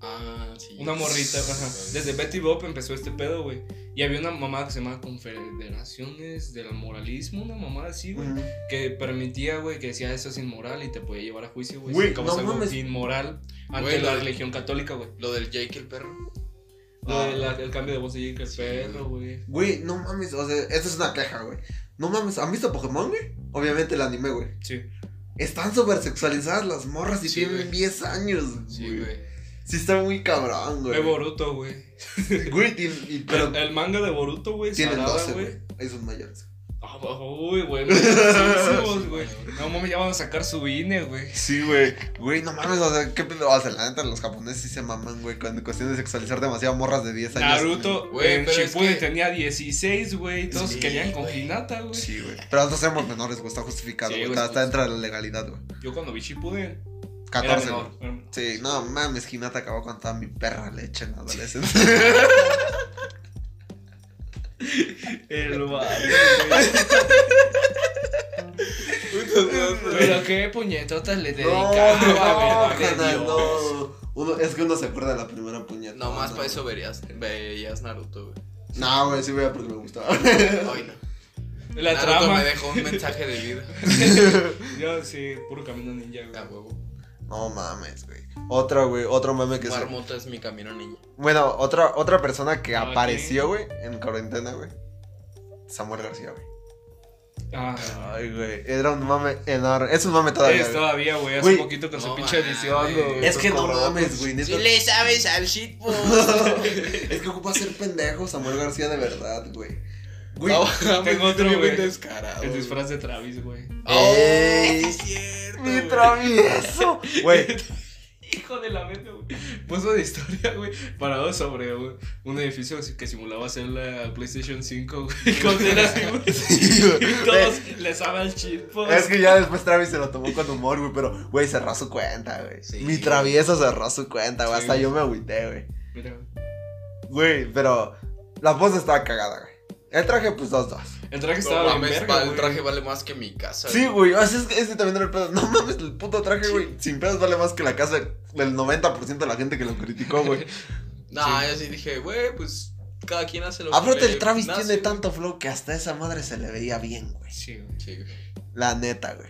Ah, sí. una morrita. ajá. Desde Betty Bob empezó este pedo, güey. Y había una mamada que se llamaba Confederaciones del Moralismo, una mamada así, güey. Ujú. Que permitía, güey, que decía eso es inmoral y te podía llevar a juicio, güey. Güey, si acabas no algo mames. inmoral ante Güey, la la- religión católica, güey. Lo del Jake el perro. Lo Ah. de la- el cambio de voz de Jake el Sí, perro, güey. Güey, no mames, o sea, esta es una queja, güey. No mames, ¿han visto Pokémon, güey? Obviamente el anime, güey. Sí. Están súper sexualizadas las morras y Sí, tienen güey. 10 años, Sí, güey. Sí, está muy cabrón, güey. Fue Boruto, güey. *laughs* Güey, tiene- y- pero El, el manga de Boruto, güey, tienen Sarada, 12, Eh, güey. güey. Ahí son mayores. Ah, Uy, güey, muchísimos, güey. No mames, ya van a sacar su INE, güey. Sí, güey. Güey, no mames, o sea, qué pedo. O sea, la neta, los japoneses sí se maman, güey, con cuestión de sexualizar demasiado morras de 10 años. Naruto, Güey, en pero es Shippuden que- tenía 16, güey. Todos Sí, querían con güey. Hinata, güey. Sí, güey. Pero nosotros éramos menores, güey, está justificado, Sí, güey. güey, está, sí, está sí. dentro de la legalidad, güey. Yo cuando vi Shippuden, era 14, güey. menor. era menor. Sí, no mames, Hinata acabó con toda mi perra leche en la adolescencia. El vato, güey. Pero Pero qué puñetotas le *laughs* No, dedicaron, no, la carnal, verdad, Dios. no. Uno- es que uno se acuerda de la primera puñeta. no más no. para eso verías, veías Naruto, güey. No, güey, sí veía porque me gustaba. Ay, no. La Naruto trama. me dejó un mensaje de vida. Yo sí, puro camino ninja, A güey. huevo. *laughs* No mames, güey. Otra, güey, otro meme que se... Marmota es mi camino ninja. Bueno, otra, otra persona que Ah, ok. apareció, güey, en cuarentena, güey. Samuel García, güey. Ah, Ay, güey, era un mame enorme. Es un mame todavía. es güey. todavía, güey. Hace Güey. poquito con su No pinche mames. edición, güey. Es que no Con- mames, güey. neta. *laughs* sabes al shitpost. es que ocupa ser pendejo Samuel García de verdad, güey. Güey. Tengo otro, bien güey. descarado. El disfraz de Travis, güey. Oh, Ey. sí es cierto. Mi güey. travieso. Güey, Hijo de la verga, güey. Puso de historia, güey, parado sobre güey, un edificio así que simulaba ser la PlayStation 5, güey. *laughs* Con era así, güey. güey. Y todos le saben el chip, pues. Eh, Es que ya después Travis se lo tomó con humor, güey, pero, güey, cerró su cuenta, güey. Sí. Mi travieso cerró su cuenta, güey. Sí, Hasta güey. yo me agüité, güey. Mira, güey. Güey, pero la pose estaba cagada, güey. El traje, pues, dos, dos. el traje No estaba bien mames, verga, va- el güey. traje vale más que mi casa. Sí, güey. o sea, es que ese también era el pedo. No mames, el puto traje, güey. Sin pedos vale más que la casa del 90% de la gente que lo criticó, *laughs* güey. No, yo sí dije, güey, pues cada quien hace lo Aparte, que el Travis nace, tiene güey. tanto flow que hasta esa madre se le veía bien, güey. Sí, güey. Sí, güey. La neta, güey.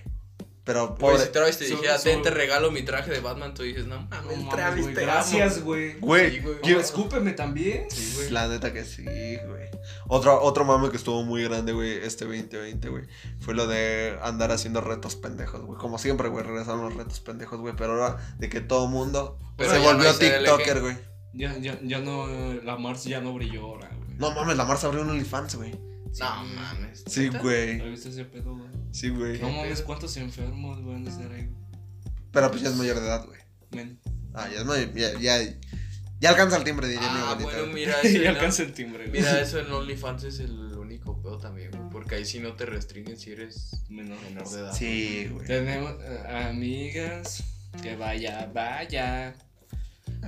Pero, Güey, pobre. si Travis te Su- dijera, su- ten, te regalo mi traje de Batman, tú dices, no No mames, mames, Travis, güey, te Gracias, amo. güey. Güey, Sí, güey. Yo, yo- escúpeme también. Sí, güey. La neta que sí, güey. Otro, otro mame que estuvo muy grande, güey, este 2020, güey, fue lo de andar haciendo retos pendejos, güey. Como siempre, güey, regresaron los retos pendejos, güey, pero ahora de que todo mundo Pero se ya no volvió hay CLG. TikToker, güey. Ya, ya, ya no, eh, la Mars ya no brilló ahora, güey. No mames, la Mars abrió un OnlyFans, güey. Sí. No mames. Sí, ¿No güey. viste ese pedo, güey? Sí, güey. No mames, cuántos enfermos, güey, han de ser ahí, güey. Pero pues ya es mayor de edad, güey. Men. Ah, ya es mayor, ya, ya, ya alcanza el timbre, diría mi Ah, abuelita. bueno, *laughs* güey. mira eso. Y ¿no? alcanza el timbre, güey. Mira, eso en OnlyFans es el único pedo también, güey. Porque ahí sí no te restringen si eres *laughs* Menor. menor de edad. Sí, güey. Tenemos eh, amigas que vaya, vaya.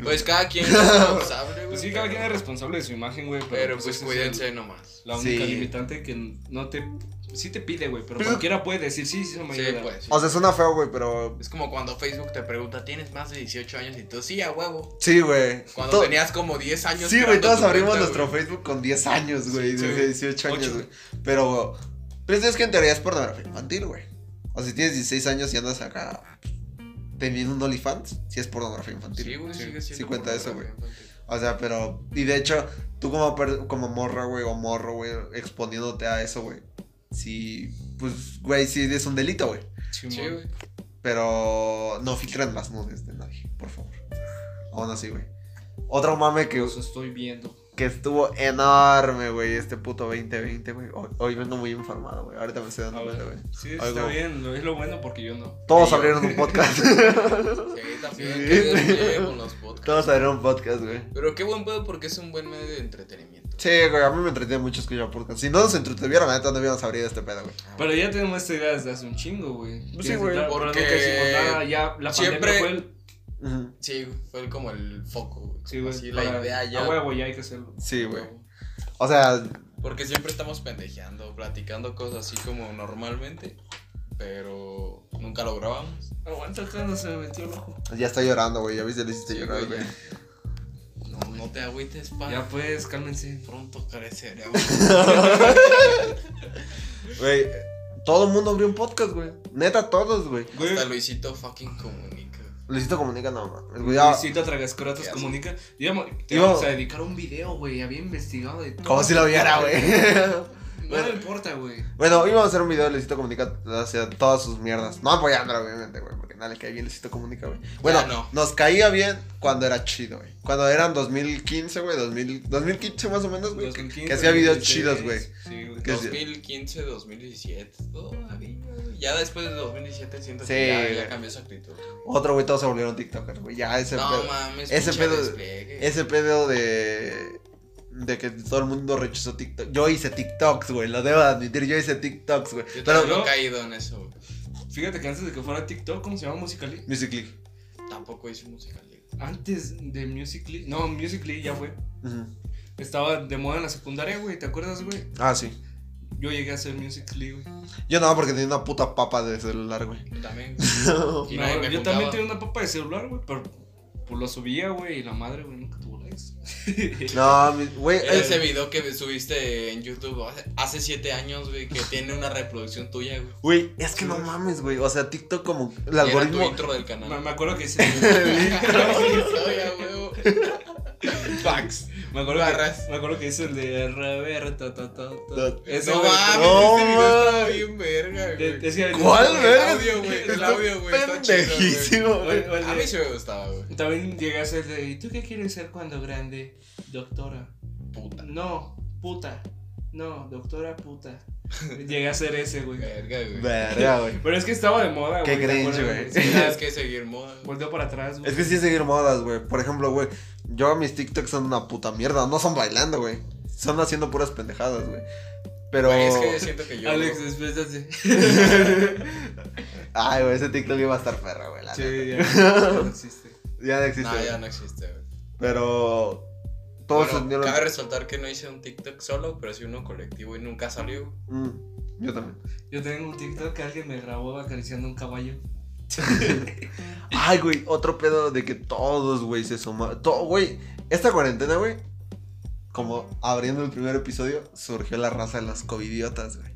Pues cada quien es responsable, güey. Pues sí, cada pero- quien es responsable de su imagen, güey. Pero, Pero pues, pues ese es cuídense el- nomás. la única Sí. limitante que no te. Sí te pide, güey, pero Pero- cualquiera puede decir sí, sí, soy mayor Sí, de edad. pues. sí. O sea, suena feo, güey, pero. Es como cuando Facebook te pregunta, ¿tienes más de 18 años? Y tú, sí, a huevo. Sí, güey. Cuando To- tenías como 10 años. Sí, güey, creando todos tu abrimos cuenta, nuestro güey. Facebook con 10 años, güey, Sí, desde 18 años, Ocho. güey. Pero, pero es que en teoría es pornografía infantil, güey. O si tienes 16 años y andas acá teniendo un OnlyFans, sí es pornografía infantil. Sí, güey, Sí, sigue siendo. sí cuenta eso, güey. pornografía infantil. O sea, pero, y de hecho, tú como, per- como morra, güey, o morro, güey, exponiéndote a eso, güey. Sí, pues, güey, sí es un delito, güey. Simón. Sí, güey. Pero no filtran las nudes de nadie, por favor. Aún así, güey. Otro mame que Los estoy viendo. que estuvo enorme, güey, este puto 2020, güey. Hoy, hoy vengo muy informado, güey. Ahorita me estoy A dando cuenta, güey. ver, sí, Algo. está bien, lo- es lo bueno porque yo no. Todos Sí, abrieron un podcast. *laughs* Sí, Sí. también. que despliegue *laughs* con los podcasts. Todos abrieron un podcast, güey. Pero qué buen pedo porque es un buen medio de entretenimiento. Sí, güey, a mí me entretiene mucho escuchar podcast. Si no nos entretuvieran, la neta no hubiéramos abrido este pedo, güey. Pero ya tenemos esta idea desde hace un chingo, güey. Pues sí, güey, Claro, pero porque nunca hicimos nada, ya la pandemia siempre- fue el. Ujú. Sí, güey, fue como el foco, güey. Sí, güey. Así la para- idea ya. A huevo, ya hay que hacerlo. Sí, güey. O sea, Porque siempre estamos pendejeando, platicando cosas así como normalmente. pero nunca lo grabamos. Aguanta cuando se me metió el ojo. Ya está llorando, güey. Ya viste, le hiciste Sí, llorar, güey. güey, ya. No, no te agüites, pa. Ya pues, cálmense. pronto *laughs* creceré. Güey, todo el mundo abrió un podcast, güey. Neta, todos, güey. Güey, Hasta Luisito fucking comunica. Luisito comunica, no, mames, güey. ya- Luisito Tragascrotas Ya, sí. comunica. Digamos, te Iba- vamos a dedicar un video, güey. Había investigado de todo. Como si lo viera, güey. No me importa, güey. bueno, íbamos a hacer un video de Luisito comunica hacia todas sus mierdas. No apoyándola, obviamente, güey. Porque nada le cae bien Luisito comunica, güey. Bueno, Ya no. nos caía bien cuando era chido, güey. Cuando eran 2015, güey. 2000 2015 más o menos, güey. que- 2015, Que hacía videos 2016, chidos, güey. Sí, güey. ¿Qué es? 2015, 2017, todavía. Ya después de 2017 siento Sí, que ya, güey. ya cambió esa actitud. Otro, güey, todos se volvieron TikTokers, güey. Ya ese no pedo. mames, ese pinche pedo- despliegue. Ese pedo de. De que todo el mundo rechazó TikTok. Yo hice TikToks, güey. Lo debo admitir, yo hice TikToks, güey. Yo Pero. también ¿no? he caído en eso, güey. Fíjate que antes de que fuera TikTok, ¿cómo se llama Musical.ly? Musicly. Tampoco hice musical. güey. Antes de Musical.ly, no, Musical.ly ya fue. Estaba de moda en la secundaria, güey, ¿te acuerdas, güey? Ah, sí. Yo llegué a hacer Musical.ly, güey. Yo no, porque tenía una puta papa de celular, güey. *laughs* *laughs* También. güey. Y No, nadie me yo juntaba. también tenía una papa de celular, güey, pero pues lo subía, güey, y la madre, güey, nunca tuvo likes. No, mi- güey. Era eh, ese video que subiste en YouTube hace- hace 7 años, güey, que tiene una reproducción tuya, güey. Güey, es que no mames, güey. O sea, TikTok como. El Y Era tu algoritmo. *laughs* intro del me, canal. *laughs* me acuerdo que hice. *laughs* Oye, huevo. Facts. Me acuerdo, que, Barras. me acuerdo que hice el de Roberto. Ta, ta, ta. No. Ese, No güey, mames, no, este video estaba mames. bien verga, de- güey. es que- ¿Cuál, El güey? audio, *laughs* güey, el Está audio, güey, está chido, güey. Pendejísimo, O- o güey. el A de- mí sí me gustaba, güey. También llegué a ser de. ¿Y tú qué quieres ser cuando grande? Doctora. Puta. No, puta. No, doctora *laughs* puta. Llegué a ser ese, güey. Verga, güey. Verga, güey. Pero es que estaba de moda, Qué güey. ¿te cringe, acuerdas, güey. Sí, Tienes que seguir moda. güey. Volteo para atrás, güey. Es que sí es seguir modas, güey. Por ejemplo, güey, yo mis TikToks son una puta mierda. No son bailando, güey. Son haciendo puras pendejadas, güey. Pero. Güey, Es *laughs* que siento que yo. Alex, despiértate. Ay, güey, ese TikTok iba a estar perro, güey. la neta. Sí, ya. No *laughs* existe. Ya no existe. No, güey. ya no existe, güey. Pero. Todos se Bueno, unieron- Cabe resaltar que no hice un TikTok solo, pero sí uno colectivo y nunca salió. Mm, yo también. Yo tengo un TikTok que alguien me grabó acariciando un caballo. Ay, güey, otro pedo de que todos, güey, se sumaron. Todo, güey, esta cuarentena, güey. Como abriendo el primer episodio, surgió la raza de los covidiotas, güey.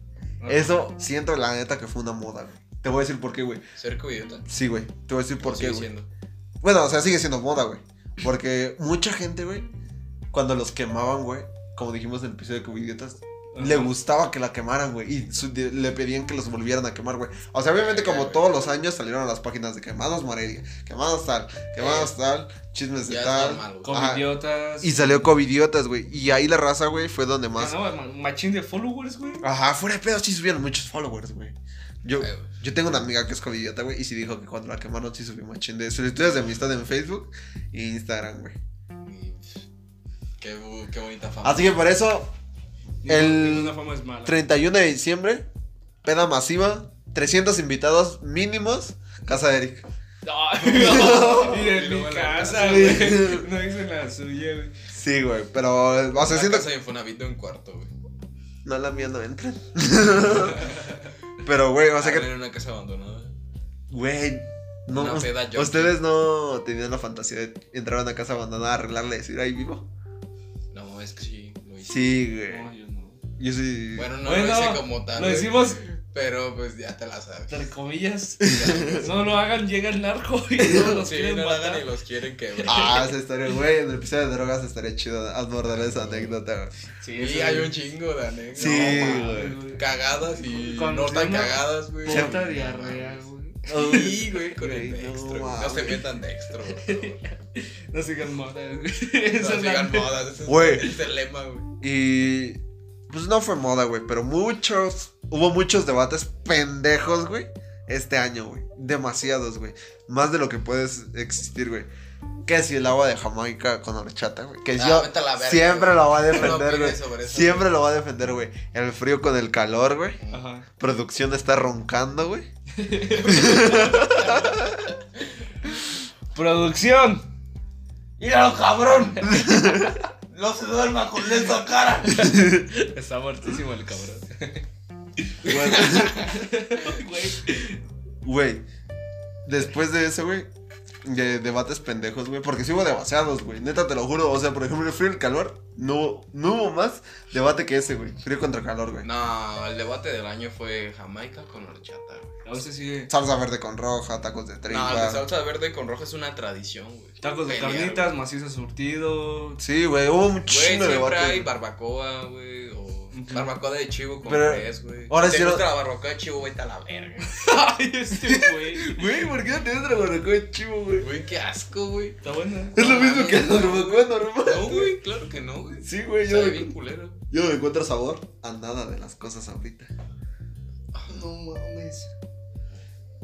Eso siento la neta que fue una moda, güey. Te voy a decir por qué, güey. Ser covidiota. Sí, güey. Te voy a decir por Lo qué, sigue güey. siendo. Bueno, o sea, sigue siendo moda, güey. Porque mucha gente, güey, cuando los quemaban, güey, como dijimos en el episodio de Covidiotas, Ajá. le gustaba que la quemaran, güey. Y su- de- le pedían que los volvieran a quemar, güey. O sea, obviamente, Verga, como güey. todos los años salieron las páginas de quemados Morelia, quemados tal, quemados tal, chismes de Eh, Ya es tal. normal, güey. Como Ajá. idiotas. Y salió Covidiotas, güey. Y ahí la raza, güey, fue donde Ah, más. no, ma- machín de followers, güey. Ajá, fuera de pedo, sí subieron muchos followers, güey. Yo, Ay, güey. yo tengo una amiga que es covidiota, güey, y sí dijo que cuando la quemaron sí subió machín de solicitudes de amistad en Facebook e Instagram, güey. Y, pff, Qué, bu- qué bonita fama. Así que por eso, El- Ninguna fama es mala. 31 de diciembre, peda masiva, 300 invitados mínimos, casa de Eric. No, no. *laughs* Y Y en mi luego en la casa, casa, güey. *laughs* güey. No hice la suya, güey. Sí, güey, pero, o sea, Una siento casa de Infonavit de un cuarto, güey. No, la mía no entra. *laughs* pero, güey, o sea Arren que, en Ah, una casa abandonada. güey, no, Una peda junkie. ustedes no tenían la fantasía de entrar a una casa abandonada, arreglarla y decir, ahí vivo. No, es que sí, lo hice. Sí, güey. No, yo no. Yo sí. Bueno, no Bueno, lo hice como tal. Lo güey, hicimos, Pero pues ya te la *laughs* sabes. entre comillas. No lo hagan, llega el narco y no los *laughs* Sí, quieren no la hagan matar. y los quieren quebrar. Ah, esa historia, güey. En el episodio de drogas estaría chido abordar esa anécdota, güey. Sí, y eso, hay güey. un chingo de anécdotas. Sí, No, güey. mames, güey. Cagadas y Con no tan una- cagadas, güey. Puta diarrea, güey. Sí, güey, con Güey, el no dextro. No, mames. se metan dextro, güey. No sigan *laughs* modas, güey. No *laughs* Esa es la- sigan modas, ese Güey. es el- el lema, güey. Y. Pues no fue moda, güey. Pero muchos. Hubo muchos debates pendejos, güey. Este año, güey. Demasiados, güey. Más de lo que puedes existir, güey. Que si el agua de Jamaica con horchata, güey. Que Ah, yo vete a la verga, siempre güey. lo va a No defender, güey. opines sobre eso, siempre lo va a defender, güey. El frío con el calor, güey. Ajá. Producción está roncando, *laughs* güey. Producción. ¡Míralo, *laughs* cabrón! ¡No se duerma con esa cara! *laughs* Está muertísimo el cabrón. Güey, después de eso, güey, de debates pendejos, güey, porque sí hubo demasiados, güey, neta te lo juro, o sea, por ejemplo, el frío y el calor, no, hubo- no hubo más debate que ese, güey, frío contra calor, güey. No, el debate del año fue Jamaica con horchata, güey. Aún se sigue. Salsa verde con roja, tacos de No, el de tripa. salsa verde con rojo es una tradición, güey. Tacos de Pelear, carnitas, macizo surtido. sí, güey, hubo un Güey, chingo de siempre debate. hay güey. barbacoa, güey, o barbacoa de chivo con Pero res, güey. ahora ¿Te sí lo- gusta la barbacoa de chivo, vete a la verga. *laughs* Ay, este güey. Güey, ¿por qué no te entra barbacoa de chivo, güey? Güey, qué asco, güey. Está bueno. Es lo mismo que la barbacoa normal. No, güey, claro que no, güey. Sí, güey, yo, Sabe le- bien culero. yo no le encuentro sabor a nada de las cosas ahorita. No mames.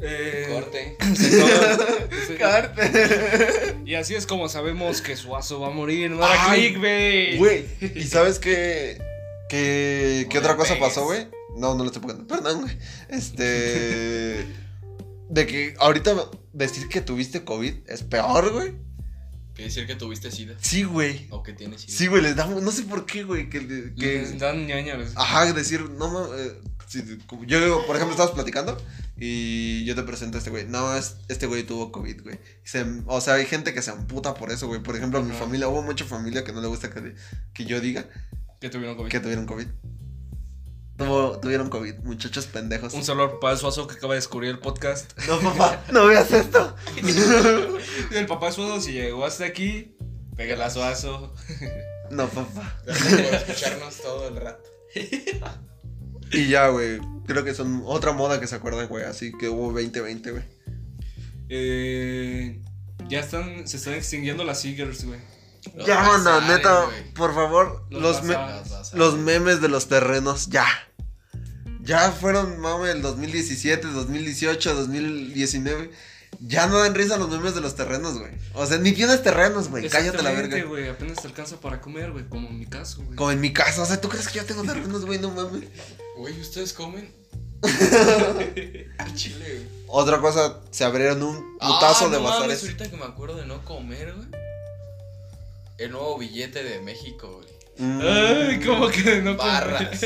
Eh, Corte. se acaba- *laughs* se- Carte. Y así es como sabemos que Suazo va a morir. No era Ay, clickbait. Güey, ¿y sabes qué? ¿Qué, No qué le otra cosa pegues. pasó, güey? Pues. No, no le estoy pegando. Perdón, güey. Este. De que ahorita decir que tuviste COVID es peor, güey. Quiere decir que tuviste sida. Sí, güey. O que tienes sida. Sí, güey, les damos. No sé por qué, güey. Que, le- Les que dan ñañas. Ajá, decir, no mames. eh, si- como- yo, por ejemplo, estabas platicando y yo te presento a este güey. No, es- este güey tuvo COVID, güey. Se- o sea, hay gente que se amputa por eso, güey. Por ejemplo, mi Ajá. familia, hubo mucha familia que no le gusta que, que yo diga que tuvieron COVID. que tuvieron COVID. Tuvo- tuvieron COVID, muchachos pendejos. Un saludo para el Suazo que acaba de descubrir el podcast. No, papá, no *laughs* veas esto. El papá de Suazo, si llegó hasta aquí, pégale a Suazo. no, papá. Gracias por escucharnos todo el rato. Y ya, güey. Creo que son otra moda que se acuerdan, güey. Así que hubo 2020, güey. Eh, ya están, se están extinguiendo las Seagulls, güey. *laughs* Los Ya, banda, bazares, neta, güey. por favor, Los los, me- bazares. bazares. los memes de los terrenos, ya. Ya fueron, mame, el 2017, 2018, 2019. Ya no dan risa los memes de los terrenos, güey. O sea, ni tienes terrenos, güey. Cállate la Exactamente, verga. güey. Apenas te alcanza para comer, güey. Como en mi caso, güey. Como en mi casa, o sea, ¿tú crees que yo tengo terrenos, güey? No mames. Güey, *laughs* ¿ustedes comen? Al Chile, güey. Otra cosa, se abrieron un Ah, putazo de no mames, bazares. ahorita que me acuerdo de no comer, güey. El nuevo billete de México, *laughs* güey. Mm, Ay, como que no Barras.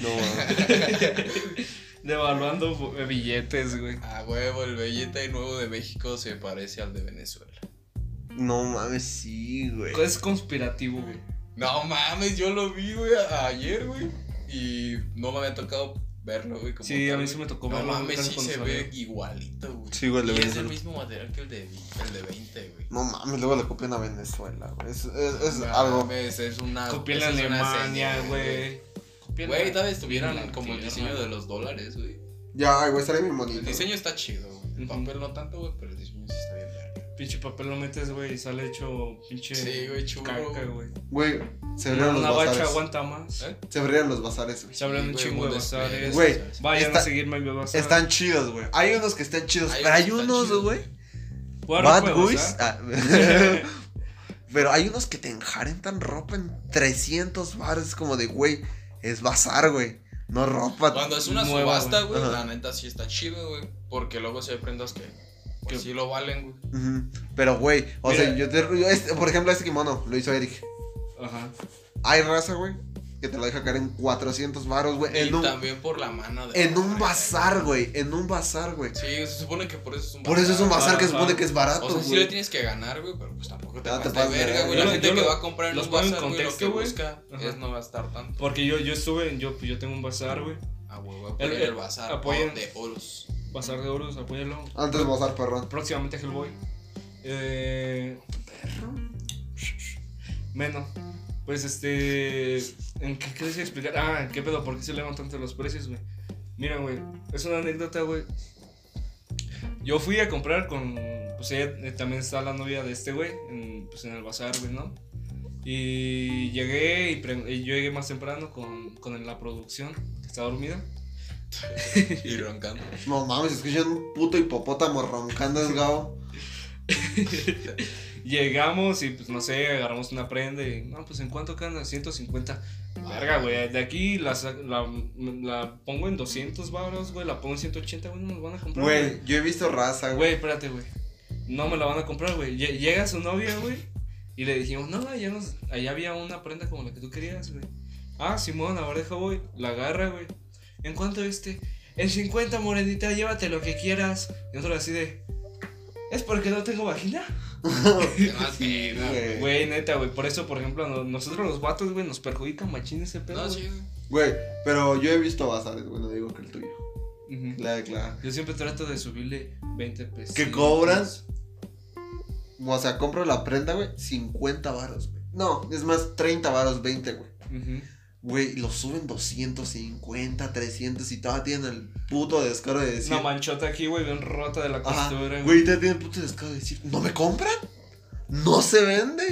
No, mames. *laughs* Devaluando bu- billetes, güey. A huevo, el billete nuevo de México se parece al de Venezuela. no mames, sí, güey. Es conspirativo, güey. No mames, yo lo vi, güey, a- ayer, güey. Y no me había tocado verlo, güey. como Sí, a tal, mí güey. sí me tocó No verlo, güey, mames, tan sí cuando se salió. ve igualito, güey. Sí, güey, el de Y es el Venezuela. mismo material que el de, el de 20, güey. No mames, luego le copian a Venezuela, güey. Es, es- es No algo. mames, es una. Copié en Ah, esa es una Alemania, señal, güey. Copié en Güey, la- tal vez tuvieran en la como el tierra, diseño de güey. los dólares, güey. Ya, ay, güey, estaría bien El bonito. diseño está chido, güey. El Ujú. papel no tanto, güey, pero el diseño sí está bien verga. Pinche papel lo metes, güey, y sale hecho pinche Sí, güey, churro. caca, güey. Güey, se Una, abrieron los una bacha bazares. aguanta más. ¿Eh? Se abrieron los bazares, güey. Se hablan Sí, un güey, chingo de mundo despliegue, bazares. Güey, ¿sabes? Vayan está- a seguirme en mi bazar. Están chidos, güey. Hay unos que están chidos, Hay pero hay unos que están unos, chidos. güey. Voy a Bad romper Boys. bazar. ah, *laughs* pero hay unos que te enjarentan ropa en 300 bares, como de, güey, es bazar, güey. No ropa. Cuando es una Nueva, subasta, güey, Ajá. la neta sí está chido, güey. Porque luego se hay prendas que Que- pues, sí lo valen, güey. Ujú. Pero, güey, o Mira. sea, yo te. yo este- por ejemplo, este kimono lo hizo Eric. Ajá. Hay raza, güey, que te lo deja caer en 400 baros, güey. Y En un, también por la mano de. en un bazar, güey. En un bazar, güey. Sí, se supone que por eso es un Por eso es un bazar que Ajá. supone que es barato, O sea, güey. sí le tienes que ganar, güey, pero pues tampoco te Ah, te vas de pasas de verga, verga. güey. La Yo- gente yo que lo- va a comprar en los un pongo en bazar, güey, lo contexto, que güey. busca Ajá. es no gastar tanto. Porque yo, yo estuve, en- yo, yo tengo un bazar, güey. Ah, güey, voy a poner El- el, bazar apoyen. de oros. Bazar de oros, apóyalo. Antes bazar, perrón. Próximamente Hellboy. Eh. Menos. Pues este. ¿En qué quieres explicar? Ah, ¿qué pedo? ¿Por qué se elevan tanto los precios, güey? Mira, güey. Es una anécdota, güey. Yo fui a comprar con. Pues ella eh, también está la novia de este güey. En, pues en el bazar, güey, ¿no? Y llegué y, pre- y yo llegué más temprano con, con la producción. Que está dormida. Y *laughs* roncando. No mames, escuchan un puto hipopótamo roncando, es gao. Llegamos y pues no sé, agarramos una prenda y no, pues en cuánto quedan 150. Verga, güey, de aquí la, sa- la, la pongo en 200 baros, güey, la pongo en 180, güey, no me la van a comprar. Güey, yo he visto raza, Güey, güey. espérate, güey. No me la van a comprar, güey. Lle- Llega su novia, güey, y le dijimos, no, allá, nos, allá había una prenda como la que tú querías, güey. Ah, Simón, ahora deja, güey. La agarra, güey. ¿en cuánto este? En 50, morenita, llévate lo que quieras. Y nosotros así de, ¿es porque no tengo vagina? sí, güey. Güey, neta, güey. Por eso, por ejemplo, no- nosotros los vatos, güey, nos perjudican machín ese pedo. No, güey. sí, güey. Güey, pero yo he visto bazares, güey, no digo que el tuyo. Ujú. La de Clara. Yo siempre trato de subirle 20 pesos. ¿Qué cobras? O sea, compro la prenda, güey, 50 varos, güey. No, es más, 30 varos, 20, güey. Ujú. Güey, lo suben 250, 300 y todavía tienen el puto descaro de decir... Una manchota aquí, güey, bien rota de la Ajá, costura. güey, te tienen puto descaro de decir, ¿no me compran? ¿No se *laughs* vende?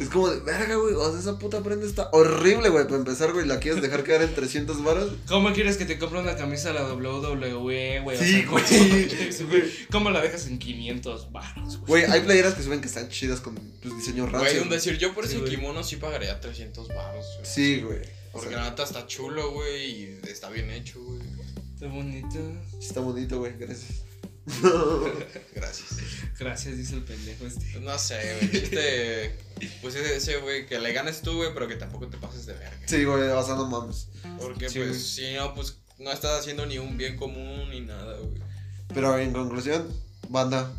Es como de, verga, güey, o sea, esa puta prenda está horrible, güey, para empezar, güey, la quieres dejar quedar en 300 varos. ¿Cómo quieres que te compre una camisa a la WWE, güey? O Sí, sea, *laughs* güey, ¿cómo- güey. ¿Cómo la dejas en 500 baros, güey? Güey, hay playeras que suben que están chidas con pues, diseño raro. Güey, un decir, yo por Sí, ese güey. kimono sí pagaría 300 baros, güey. Sí, güey. O Porque sea, la neta está chulo, güey, y está bien hecho, güey. Está bonito. está bonito, güey, gracias. Gracias. Gracias, dice el pendejo este. Pues No sé, güey, chiste... Pues ese- ese, güey, que le ganes tú, güey, pero que tampoco te pases de verga. sí, güey, o sea, no mames. Porque, Sí, güey. pues, si no, pues, no estás haciendo ni un bien común ni nada, güey. Pero en conclusión, banda,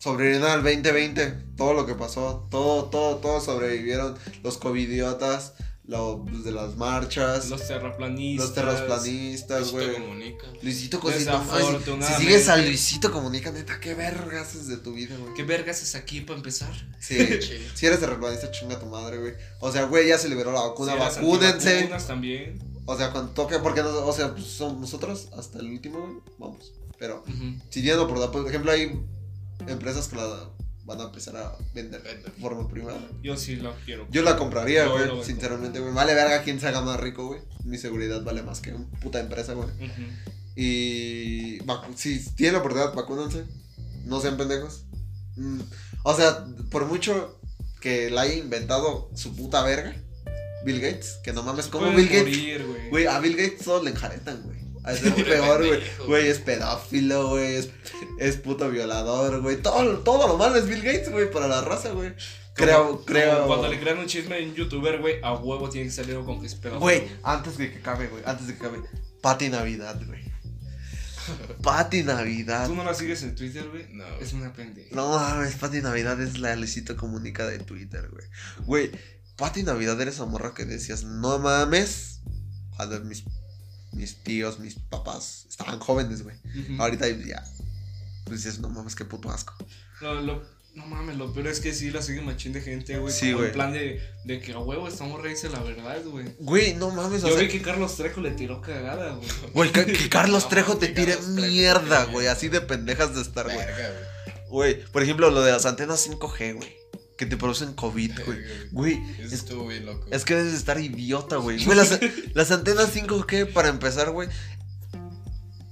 sobrevivieron al 2020, todo lo que pasó, todo, todo, todo sobrevivieron. Los covidiotas, los de las marchas, los, Los terraplanistas. terrasplanistas, Esto güey. comunica. Luisito Comunica. Si Desafortunadamente. sigues a Luisito Comunica, neta, qué vergas es de tu vida, güey. ¿Qué vergas es aquí para empezar? Sí. Sí. Si eres terraplanista, chinga tu madre, güey. O sea, güey, ya se liberó la vacuna, Si eras vacúnense. antivacunas también. O sea, cuando toque, porque no, o sea, pues, son nosotros hasta el último, güey, vamos. Pero Ujú. si tienen oportunidad, por ejemplo, hay empresas que la van a empezar a vender de Vender. forma privada. Yo sí lo quiero. Yo la compraría, Yo güey, lo voy a sinceramente, güey. Vale verga quien se haga más rico, güey. Mi seguridad vale más que una puta empresa, güey. Ujú. Y vacu- si tienen la oportunidad, vacúnense. No sean pendejos. Mm, O sea, por mucho que la haya inventado su puta verga, Bill Gates, que no mames, como Pueden Bill Gates? morir, güey. Güey, a Bill Gates todos le enjaretan, güey. A *laughs* ser Pobre peor, güey. pendejo, Güey, güey. es pedófilo, güey. Es, es puto violador, güey. Todo, todo lo malo es Bill Gates, güey, para la raza, güey. Creo, Como- como creo. Cuando le crean un chisme en youtuber, güey, a huevo tiene que salir algo con que es pedófilo, Güey, antes de que cabe, güey. Antes de que cabe. Pati Navidad, güey. Pati Navidad. ¿Tú no la sigues en Twitter, güey? No. Es una pendeja. No mames, Pati Navidad es la Luisito Comunica de Twitter, güey. Güey, Pati Navidad eres esa morra que decías, no mames. Cuando mis, mis tíos, mis papás estaban jóvenes, güey. Ujú. Ahorita ya. Pues dices, no mames, qué puto asco. Lo- lo- no mames, lo peor es que sí la sigue machín de gente, güey. Sí, como güey. En plan de, de que a huevo estamos reyes la verdad, güey. Güey, no mames, o Yo sea, vi que Carlos Trejo le tiró cagada, güey. Güey, que, que Carlos No, Trejo te que tire Carlos Trejo mierda, te- güey. Así de pendejas de estar, güey. Verga, güey. Güey, por ejemplo, lo de las antenas 5G, güey. Que te producen COVID, güey. Verga, güey. Güey, Es es tú, güey, loco. Es que debes de estar idiota, güey. Güey, las, las antenas 5G, para empezar, güey,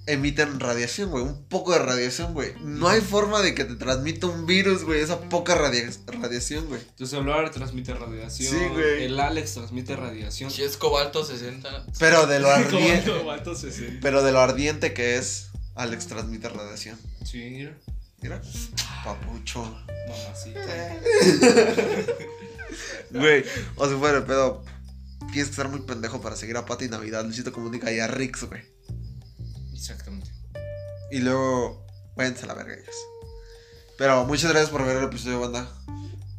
emiten radiación, güey. Un poco de radiación, güey. No hay forma de que te transmita un virus, güey. Esa poca radia- radiación, güey. Tu celular transmite radiación. Sí, güey. El Alex transmite radiación. Si es cobalto 60, Pero de *laughs* lo Como ardiente. vato- vato se siente. Pero de lo ardiente que es, Alex transmite radiación. Sí, mira. Mira. Papucho. Mamacita. Güey, o sea, fuera de pedo. Tienes que estar muy pendejo para seguir a Pati Navidad, Luisito Comunica y a Rix, güey. Exactamente. Y luego, váyanse a la verga ellos. Pero muchas gracias por ver el episodio, banda.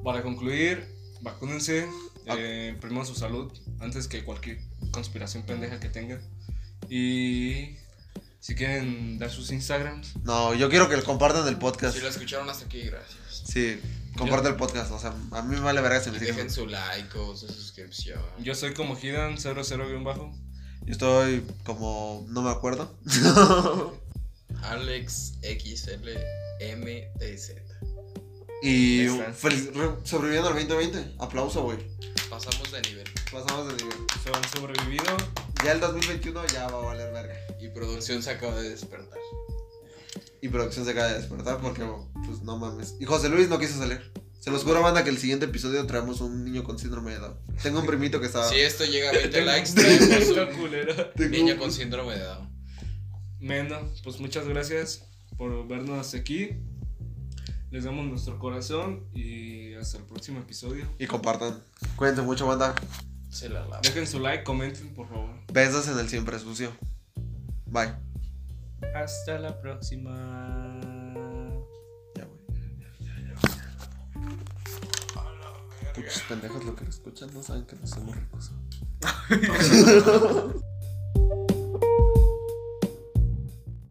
Para concluir, vacúnense. Ah. eh, primero su salud. Antes que cualquier conspiración pendeja que tengan. Y. Si quieren dar sus Instagrams. No, yo quiero que compartan el podcast. si lo escucharon hasta aquí, gracias. Sí, comparte el podcast. O sea, a mí me vale verga si me siguen. Dejen Yo su like o su suscripción. Yo soy como Hidan 00-bajo. estoy como, no me acuerdo. Alex XL MTZ. y Ahí está. feliz- re- sobreviviendo al 2020. Aplauso, güey. Pasamos de nivel. Pasamos de nivel. Son sobrevivido. Ya el 2021 ya va a valer verga. Y producción se acaba de despertar. Y producción se acaba de despertar porque, pues, no mames. Y José Luis no quiso salir. Se los juro, banda, que el siguiente episodio traemos un niño con síndrome de Down. Tengo un primito que estaba... Si esto llega *laughs* a 20 likes, *laughs* traemos Está culero. un Tengo niño un- con síndrome de Down. Bueno, pues muchas gracias por vernos aquí. Les damos nuestro corazón y hasta el próximo episodio. Y compartan. Cuídense mucho, banda. Se la lava. Dejen su like, comenten por favor. Besos en el siempre sucio. Bye. Hasta la próxima. Ya, güey. Puchos pendejos lo que lo escuchan no saben que no somos ricos.